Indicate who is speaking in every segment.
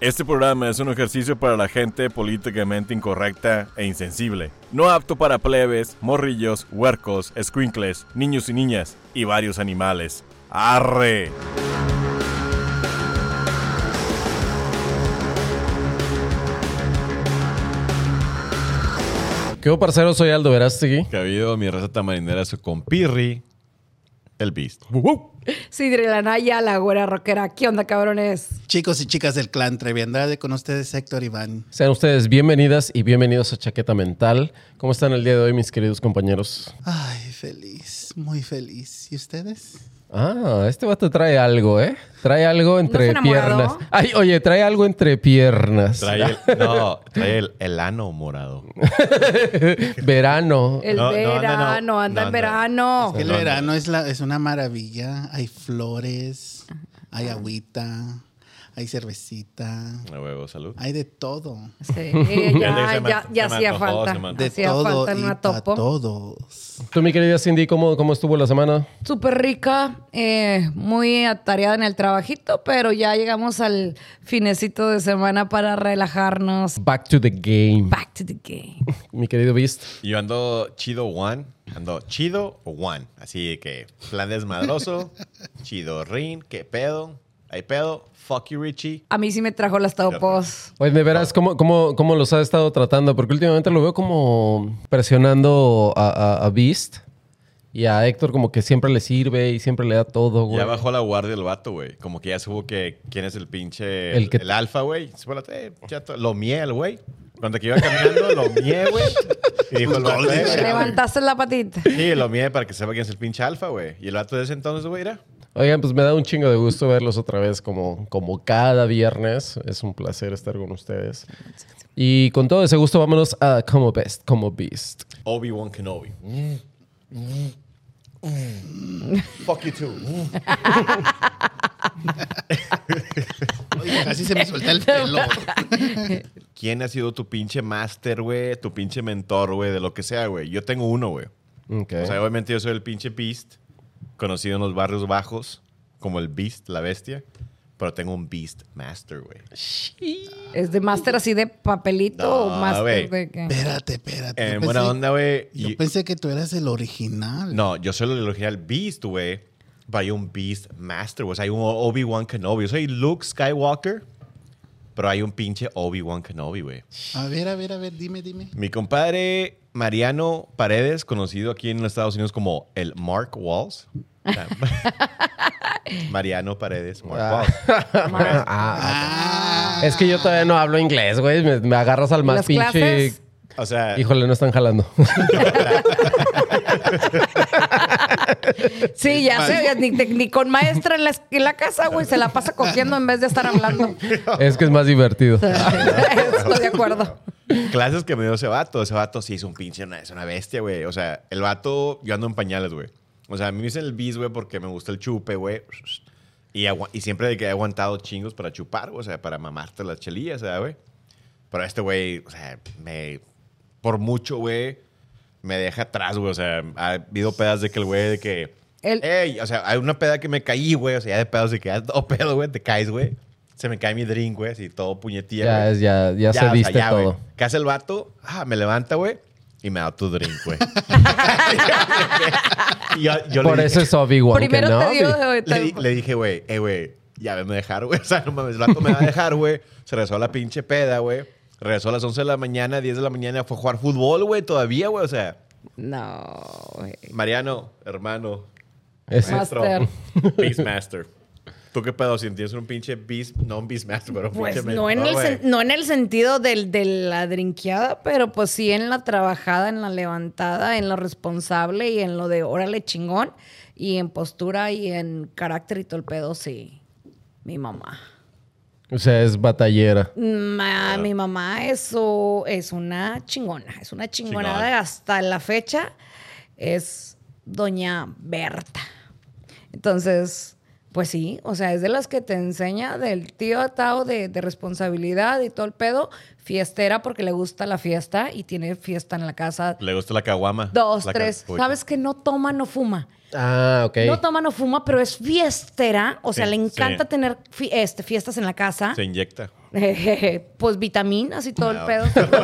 Speaker 1: Este programa es un ejercicio para la gente políticamente incorrecta e insensible. No apto para plebes, morrillos, huercos, squinkles, niños y niñas y varios animales. ¡Arre!
Speaker 2: ¿Qué hubo, parcero? Soy Aldo Verástegui.
Speaker 1: Que ha habido mi receta marinera su compirri, el beast.
Speaker 3: Sí, de la Naya, la güera rockera. ¿Qué onda, cabrones?
Speaker 4: Chicos y chicas del clan Trevi Andrade, con ustedes Héctor Iván.
Speaker 2: Sean ustedes bienvenidas y bienvenidos a Chaqueta Mental. ¿Cómo están el día de hoy, mis queridos compañeros?
Speaker 4: Ay, feliz, muy feliz. ¿Y ustedes?
Speaker 2: Ah, este vato trae algo, ¿eh? Trae algo entre
Speaker 3: se enamoró?
Speaker 2: piernas. Ay, oye, trae algo entre piernas.
Speaker 5: Trae el, no, trae el, el ano morado.
Speaker 2: Verano.
Speaker 3: El
Speaker 5: No, no, no, no.
Speaker 3: verano, anda
Speaker 5: No,
Speaker 3: en
Speaker 5: no.
Speaker 3: verano.
Speaker 4: El
Speaker 5: No, no.
Speaker 4: verano Ah, es, la, es una maravilla. Hay flores, hay agüita, hay cervecita,
Speaker 5: A huevo, salud.
Speaker 4: hay de todo.
Speaker 3: Sí,
Speaker 5: Ya le-
Speaker 3: ya,
Speaker 5: se me-
Speaker 3: ya, ya
Speaker 5: se me
Speaker 3: hacía
Speaker 5: antojó, se me
Speaker 3: falta.
Speaker 5: antojó.
Speaker 4: De
Speaker 3: Hacía
Speaker 4: todo
Speaker 3: falta en
Speaker 4: y
Speaker 3: una
Speaker 4: pa'
Speaker 3: topo.
Speaker 4: todos.
Speaker 2: Tú, mi querida Cindy, ¿cómo, cómo estuvo la semana?
Speaker 3: Súper rica, eh, muy atareada en el trabajito, pero ya llegamos al finecito de semana para relajarnos.
Speaker 2: Back to the game.
Speaker 3: Back to the game.
Speaker 2: Mi querido Beast.
Speaker 5: Yo ando chido one, ando chido one. Así que plan desmadroso, chido rin, qué pedo, hay pedo, fuck you Richie.
Speaker 3: A mí sí me trajo las topos.
Speaker 2: Oye, de veras, ¿cómo, cómo, cómo los ha estado tratando? Porque últimamente lo veo como presionando a, a- a Beast y a Héctor como que siempre le sirve y siempre le da todo, güey.
Speaker 5: Ya bajó la guardia el vato, güey. Como que ya supo que quién es el pinche.
Speaker 2: El
Speaker 5: El,
Speaker 2: que-
Speaker 5: el alfa, güey. Supo la- eh, ya to- Lo miel, güey. Cuando que iba caminando, lo miel, güey. Y dijo el vato,
Speaker 4: Golden
Speaker 5: eh,
Speaker 4: Shower.
Speaker 3: Levantaste la patita.
Speaker 5: Sí, lo miel para que sepa quién es el pinche alfa, güey. Y el vato de ese entonces, güey, era.
Speaker 2: Oigan, pues me da un chingo de gusto verlos otra vez como, como cada viernes. Es un placer estar con ustedes. Y con todo ese gusto, vámonos a Como Best, Como Beast.
Speaker 5: Obi-Wan Kenobi. Fuck you too.
Speaker 4: Oye, casi se me suelta el pelo.
Speaker 5: ¿Quién ha sido tu pinche máster, güey? Tu pinche mentor, güey, de lo que sea, güey. Yo tengo uno, güey.
Speaker 2: Ok.
Speaker 5: O sea, obviamente yo soy el pinche Beast, conocido en los barrios bajos como el Beast, la bestia. Pero tengo un Beast Master, güey.
Speaker 3: Es de máster así de papelito o
Speaker 5: No,
Speaker 3: máster
Speaker 5: güey.
Speaker 3: de que.
Speaker 4: Espérate, espérate.
Speaker 5: En
Speaker 4: Yo
Speaker 5: Eh, buena
Speaker 4: pensé-
Speaker 5: onda, güey.
Speaker 4: Yo
Speaker 5: y-
Speaker 4: pensé que tú eras el original.
Speaker 5: No, yo soy el original Beast, güey. Pero hay un Beast Master, güey. O sea, hay un Obi-Wan Kenobi. Yo soy Luke Skywalker, pero hay un pinche Obi-Wan Kenobi, güey.
Speaker 4: A ver, a ver, a ver, dime, dime.
Speaker 5: Mi compadre Mariano Paredes, conocido aquí en los Estados Unidos como el Mark Walls. Mariano Paredes, Mark Walls.
Speaker 2: Ah, es que yo todavía no hablo inglés, güey. Me, me agarras al más
Speaker 3: ¿Las
Speaker 2: pinche...
Speaker 3: clases?
Speaker 5: O sea,
Speaker 2: Híjole, no están jalando.
Speaker 3: Sí, ya sé, ni, te- ni con maestra en la, en la casa, güey, se la pasa cogiendo en vez de estar hablando.
Speaker 2: es que es más divertido.
Speaker 3: Estoy de acuerdo.
Speaker 5: clases que me dio ese vato. Ese vato sí es un pinche, una- es una bestia, güey. O sea, el vato, yo ando en pañales, güey. O sea, a mí me dicen el bis, güey, porque me gusta el chupe, güey. Y, agua- y siempre de que he aguantado chingos para chupar, güey, o sea, para mamarte las chelillas, ¿verdad, güey? Pero este güey, o sea, me. Por mucho, güey, me deja atrás, güey. O sea, ha habido pedas de que el güey de que.
Speaker 3: El-
Speaker 5: "Ey", o sea, hay una peda que me caí, güey. O sea, ya de pedos de que ya todo pedo, güey, te caes, güey. Se me cae mi drink, güey, así todo puñetilla.
Speaker 2: Ya,
Speaker 5: güey.
Speaker 2: es- ya, ya,
Speaker 5: o sea,
Speaker 2: cediste
Speaker 5: ya, güey.
Speaker 2: todo.
Speaker 5: ¿Qué hace el vato? Ah, me levanta, güey. Y me da tu drink, güey. Y yo, yo
Speaker 2: Por
Speaker 5: le,
Speaker 2: eso es Obi-Wan
Speaker 3: Primero te
Speaker 2: Kenobi.
Speaker 3: dio.
Speaker 5: dije, le, di- le dije, güey, eh, güey, ya venme a dejar, güey. O sea, no mames, el vato me va a dejar, güey. Se regresó a la pinche peda, güey. Regresó a las 11 de la mañana, 10 de la mañana, fue a jugar fútbol, güey, todavía, güey. O sea,
Speaker 3: No, güey.
Speaker 5: Mariano, hermano,
Speaker 2: Es-
Speaker 5: maestro,
Speaker 3: Master.
Speaker 5: Beastmaster. ¿Tú qué pedo? Si tienes un pinche Beast, no un Beastmaster, pero un
Speaker 3: Pues
Speaker 5: pinche
Speaker 3: no en,
Speaker 5: mentor,
Speaker 3: el
Speaker 5: güey.
Speaker 3: sen- no en el sentido del, de la drinqueada, pero pues sí en la trabajada, en la levantada, en lo responsable y en lo de órale chingón, y en postura y en carácter y todo el pedo, sí. Mi mamá.
Speaker 2: o sea, es batallera.
Speaker 3: Ma- Mm, Mi mamá es, o- es una chingona, es una chingonada
Speaker 5: Chingona.
Speaker 3: hasta la fecha. Es doña Berta. Entonces, pues sí, o sea, es de las que te enseña del tío atado de, de responsabilidad y todo el pedo, fiestera porque le gusta la fiesta y tiene fiesta en la casa.
Speaker 5: Le gusta la caguama.
Speaker 3: Dos,
Speaker 5: La ca-
Speaker 3: tres,
Speaker 5: Uy,
Speaker 3: sabes que no toma, no fuma.
Speaker 2: Ah, ok.
Speaker 3: No toma, no fuma, pero es fiestera, o sea,
Speaker 5: Sí,
Speaker 3: le encanta
Speaker 5: sí.
Speaker 3: tener fi- este, fiestas en la casa.
Speaker 5: Se inyecta.
Speaker 3: pues vitaminas y todo
Speaker 5: No.
Speaker 3: el pedo.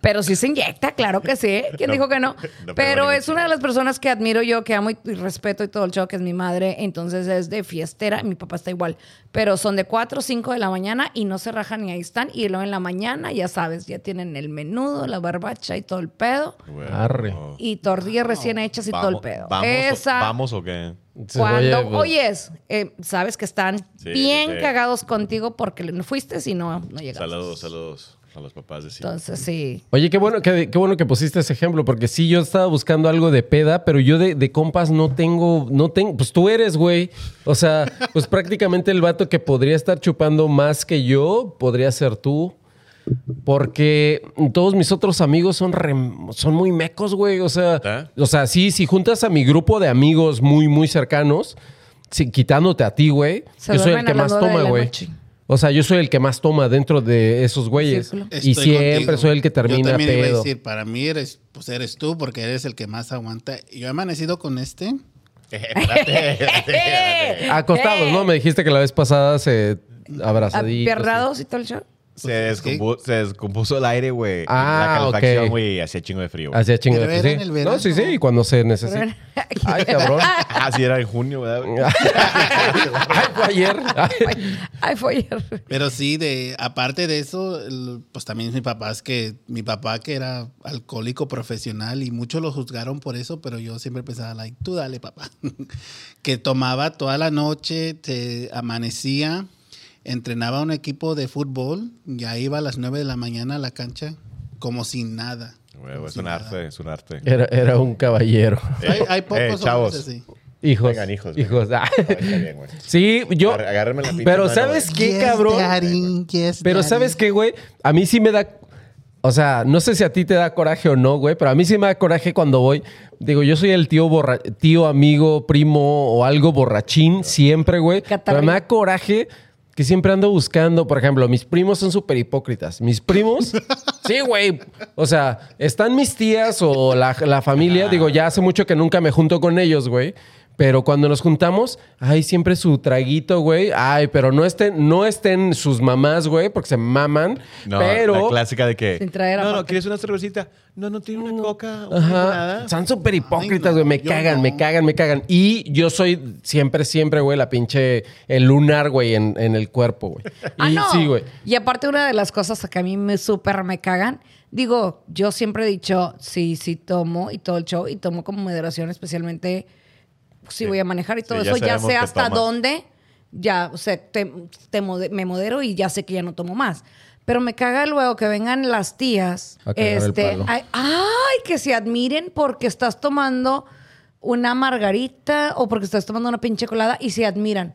Speaker 3: Pero sí se inyecta, claro que sí. ¿Quién
Speaker 5: No.
Speaker 3: dijo que no?
Speaker 5: No, pero
Speaker 3: pero
Speaker 5: bueno,
Speaker 3: es una de las personas que admiro yo, que amo y y respeto y todo el show, que es mi madre. Entonces es de fiestera. Mi papá está igual. Pero son de 4 o 5 de la mañana y no se rajan y ahí están. Y luego en la mañana, ya sabes, ya tienen el menudo, la barbacha y todo el pedo.
Speaker 5: Güey,
Speaker 2: Arre.
Speaker 5: no.
Speaker 3: Y tortillas recién hechas y todo el
Speaker 5: Vamos-
Speaker 3: pedo.
Speaker 5: Vamos,
Speaker 3: Esa-
Speaker 5: O, ¿Vamos o qué?
Speaker 2: Entonces,
Speaker 3: cuando
Speaker 2: oye, pues,
Speaker 3: oyes, eh, sabes que están
Speaker 5: Sí,
Speaker 3: bien
Speaker 5: sí.
Speaker 3: cagados contigo porque no fuiste y no, no llegamos.
Speaker 5: Saludos, saludos a los papás de Silvia.
Speaker 3: Entonces, sí.
Speaker 2: Oye, qué bueno, que, qué bueno que pusiste ese ejemplo, porque sí, yo estaba buscando algo de peda, pero yo de, de compas no tengo, no tengo, pues tú eres, güey. O sea, pues prácticamente el vato que podría estar chupando más que yo, podría ser tú. Porque todos mis otros amigos son, rem- son muy mecos, güey. O sea,
Speaker 5: ¿Ah?
Speaker 2: o sea, sí, si juntas a mi grupo de amigos muy, muy cercanos, sí, quitándote a ti, güey,
Speaker 3: Se
Speaker 2: yo soy el
Speaker 3: duermen a
Speaker 2: que
Speaker 3: las
Speaker 2: más
Speaker 3: nueve de
Speaker 2: toma,
Speaker 3: la
Speaker 2: güey.
Speaker 3: noche.
Speaker 2: O sea, yo soy el que más toma dentro de esos güeyes.
Speaker 3: Círculo.
Speaker 2: y
Speaker 4: Estoy
Speaker 2: siempre
Speaker 4: contigo.
Speaker 2: soy el que termina
Speaker 4: Yo también iba a
Speaker 2: pedo.
Speaker 4: decir, para mí eres, pues eres tú, porque eres el que más aguanta. Yo he amanecido con este.
Speaker 5: Espérate, espérate, espérate.
Speaker 2: Acostados, ¿no? Me dijiste que la vez pasada se abrazaditos.
Speaker 3: Apierrados Ah, y todo el show.
Speaker 5: Se, descompu- se descompuso el aire, güey.
Speaker 2: Ah,
Speaker 5: la calefacción,
Speaker 2: ok.
Speaker 5: güey, hacía chingo de frío. güey.
Speaker 2: Hacía chingo
Speaker 4: Pero
Speaker 2: de
Speaker 4: era en el
Speaker 2: sí.
Speaker 4: verano.
Speaker 2: No, sí, sí, y cuando se necesita. Ay, cabrón.
Speaker 5: Ah, sí, era en junio, ¿verdad? güey?
Speaker 2: Ay, fue ayer. Ay.
Speaker 3: Ay, fue ayer.
Speaker 4: Pero sí, de aparte de eso, el- pues también mi papá es que mi papá que era alcohólico profesional y muchos lo juzgaron por eso, pero yo siempre pensaba, like, tú dale, papá. que tomaba toda la noche, te amanecía, entrenaba un equipo de fútbol, ya iba a las 9 de la mañana a la cancha como sin nada.
Speaker 5: Güey, güey, es un arte, es un arte.
Speaker 2: Era, era un caballero.
Speaker 4: Hay, hay
Speaker 5: Eh,
Speaker 4: pocos hombres
Speaker 5: chavos.
Speaker 4: así.
Speaker 2: Hijos.
Speaker 5: Vengan, hijos,
Speaker 2: Hijos. Ah.
Speaker 5: Ay, está bien, güey.
Speaker 2: Sí, yo.
Speaker 5: Agar- agárrame la pinche
Speaker 2: Pero
Speaker 5: mano,
Speaker 2: ¿sabes
Speaker 5: güey.
Speaker 2: qué,
Speaker 4: Yes,
Speaker 2: cabrón?
Speaker 4: daddy, yes,
Speaker 2: Pero
Speaker 4: daddy.
Speaker 2: ¿sabes qué, güey? A mí sí me da... O sea, no sé si a ti te da coraje o no, güey, pero a mí sí me da coraje cuando voy. Digo, yo soy el tío borra tío amigo, primo o algo borrachín siempre, güey. Pero
Speaker 3: Catarrín.
Speaker 2: me da coraje que siempre ando buscando, por ejemplo, mis primos son súper hipócritas. Mis primos, sí, güey. O sea, están mis tías o la, la familia. Digo, ya hace mucho que nunca me junto con ellos, güey. Pero cuando nos juntamos, ay, siempre su traguito, güey. Ay, pero no estén, no estén sus mamás, güey, porque se maman.
Speaker 5: No, la
Speaker 2: pero.
Speaker 5: clásica de que.
Speaker 3: Sin traer
Speaker 5: no, no,
Speaker 3: aparte.
Speaker 5: ¿quieres una cervecita? No, no tiene una coca. una
Speaker 2: Ajá.
Speaker 5: limonada.
Speaker 2: Son súper hipócritas,
Speaker 4: Ay, no,
Speaker 2: güey. me
Speaker 4: yo
Speaker 2: cagan,
Speaker 4: no.
Speaker 2: me cagan, me cagan. Y yo soy siempre, siempre, güey, la pinche. El lunar, güey, en, en el cuerpo, güey.
Speaker 3: Ah,
Speaker 2: y
Speaker 3: no.
Speaker 2: sí, güey.
Speaker 3: Y aparte, una de las cosas que a mí me súper me cagan, digo, yo siempre he dicho, sí, sí tomo y todo el show, y tomo con moderación, especialmente pues, si voy a manejar y
Speaker 5: Sí,
Speaker 3: todo
Speaker 5: ya
Speaker 3: eso, ya
Speaker 5: sabemos
Speaker 3: sé
Speaker 5: que
Speaker 3: hasta
Speaker 5: tomas.
Speaker 3: dónde, ya, o sea, te- te mode- me modero y ya sé que ya no tomo más. Pero me caga luego que vengan las tías,
Speaker 2: A cagar el
Speaker 3: este,
Speaker 2: palo.
Speaker 3: ay, ay, que se admiren porque estás tomando una margarita o porque estás tomando una pinche colada y se admiran.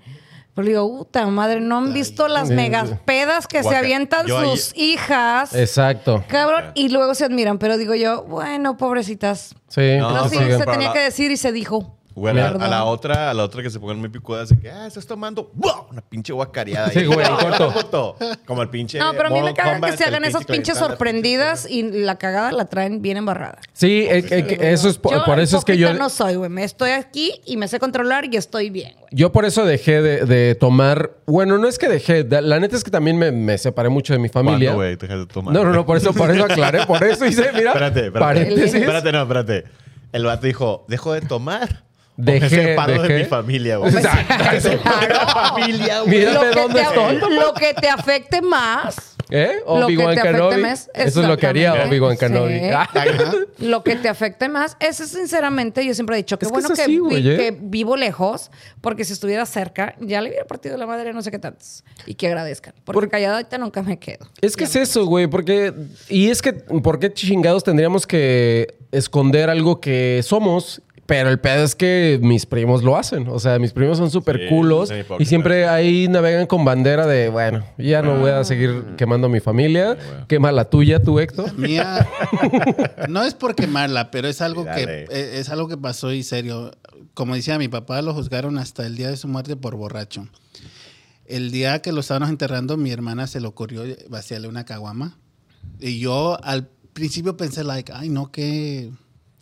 Speaker 3: Pero digo, puta madre, no han visto las
Speaker 2: sí,
Speaker 3: megas
Speaker 2: sí.
Speaker 3: pedas que se
Speaker 5: Guaca-
Speaker 3: avientan
Speaker 5: yo ayer-
Speaker 3: sus hijas.
Speaker 2: Exacto.
Speaker 3: Cabrón, y luego se admiran, pero digo yo, bueno, pobrecitas.
Speaker 2: Sí.
Speaker 5: No,
Speaker 3: No,
Speaker 5: pues
Speaker 3: sí,
Speaker 5: oigan,
Speaker 3: se
Speaker 5: para
Speaker 3: tenía
Speaker 5: la-
Speaker 3: que decir y se dijo.
Speaker 5: Güey, a, la-
Speaker 3: Perdón.
Speaker 5: a la otra, a la otra que se pongan muy picudas, de que, ah, estás tomando ¡buah! una pinche guacareada.
Speaker 2: Sí,
Speaker 5: Y-
Speaker 2: güey, en corto.
Speaker 5: Como el pinche.
Speaker 3: No, pero a mí me
Speaker 5: Mortal
Speaker 3: caga que
Speaker 5: Kombat,
Speaker 3: se
Speaker 5: el
Speaker 3: hagan
Speaker 5: pinche
Speaker 3: esas pinches
Speaker 5: Clementine,
Speaker 3: sorprendidas y la cagada la traen bien embarrada.
Speaker 2: Sí, es que- que eso es por,
Speaker 3: Yo
Speaker 2: por eso es que yo.
Speaker 3: hipócrita no soy, güey. Me estoy aquí y me sé controlar y estoy bien, güey.
Speaker 2: Yo por eso dejé de, de tomar. Bueno, no es que dejé. da- La neta es que también me, me separé mucho de mi
Speaker 5: ¿Cuándo,
Speaker 2: familia.
Speaker 5: güey, te dejas de tomar?
Speaker 2: no, no, no, por eso, por eso aclaré, por eso hice, mira.
Speaker 5: Espérate, espérate.
Speaker 2: Paréntesis.
Speaker 5: Espérate, no, espérate. El vato dijo, dejo de tomar. o
Speaker 2: Dejé,
Speaker 5: me separo
Speaker 2: dejé.
Speaker 5: de mi familia, güey.
Speaker 2: Exacto.
Speaker 5: Me separo de la familia, güey.
Speaker 2: Mira,
Speaker 3: Lo
Speaker 2: Mírate
Speaker 3: que
Speaker 2: dónde
Speaker 3: te-
Speaker 2: estoy.
Speaker 3: Lo que te afecte más,
Speaker 2: ¿Eh?
Speaker 3: Lo que
Speaker 2: Obi-Wan
Speaker 3: te afecte
Speaker 2: Kenobi.
Speaker 3: más,
Speaker 2: Eso es lo que haría
Speaker 3: exactamente.
Speaker 2: Obi-Wan Kenobi.
Speaker 3: Sí. lo que te afecte más, ese sinceramente yo siempre he dicho que
Speaker 2: Es que
Speaker 3: bueno
Speaker 2: es
Speaker 3: que,
Speaker 2: así,
Speaker 3: vi-
Speaker 2: güey, ¿eh?
Speaker 3: que vivo lejos, porque si estuviera cerca ya le hubiera partido la madre no sé qué tantos y que agradezcan, porque
Speaker 2: Por-
Speaker 3: callada ahorita nunca me quedo.
Speaker 2: Es que es eso, güey, porque y es que ¿por qué chingados tendríamos que esconder algo que somos? Pero el pedo es que mis primos lo hacen. O sea, mis primos son súper
Speaker 5: Sí,
Speaker 2: culos
Speaker 5: son
Speaker 2: y
Speaker 5: hipócritas.
Speaker 2: siempre ahí navegan con bandera de, bueno, ya no voy a seguir quemando a mi
Speaker 5: Ah,
Speaker 2: familia. Quema la tuya, tú, Héctor.
Speaker 4: Mía, no es por quemarla, pero es algo
Speaker 5: Sí,
Speaker 4: que
Speaker 5: dale.
Speaker 4: eh, es algo que pasó y serio. Como decía mi papá, lo juzgaron hasta el día de su muerte por borracho. El día que lo estábamos enterrando, mi hermana se le ocurrió vaciarle una caguama. Y yo al principio pensé, like, ay, no, qué,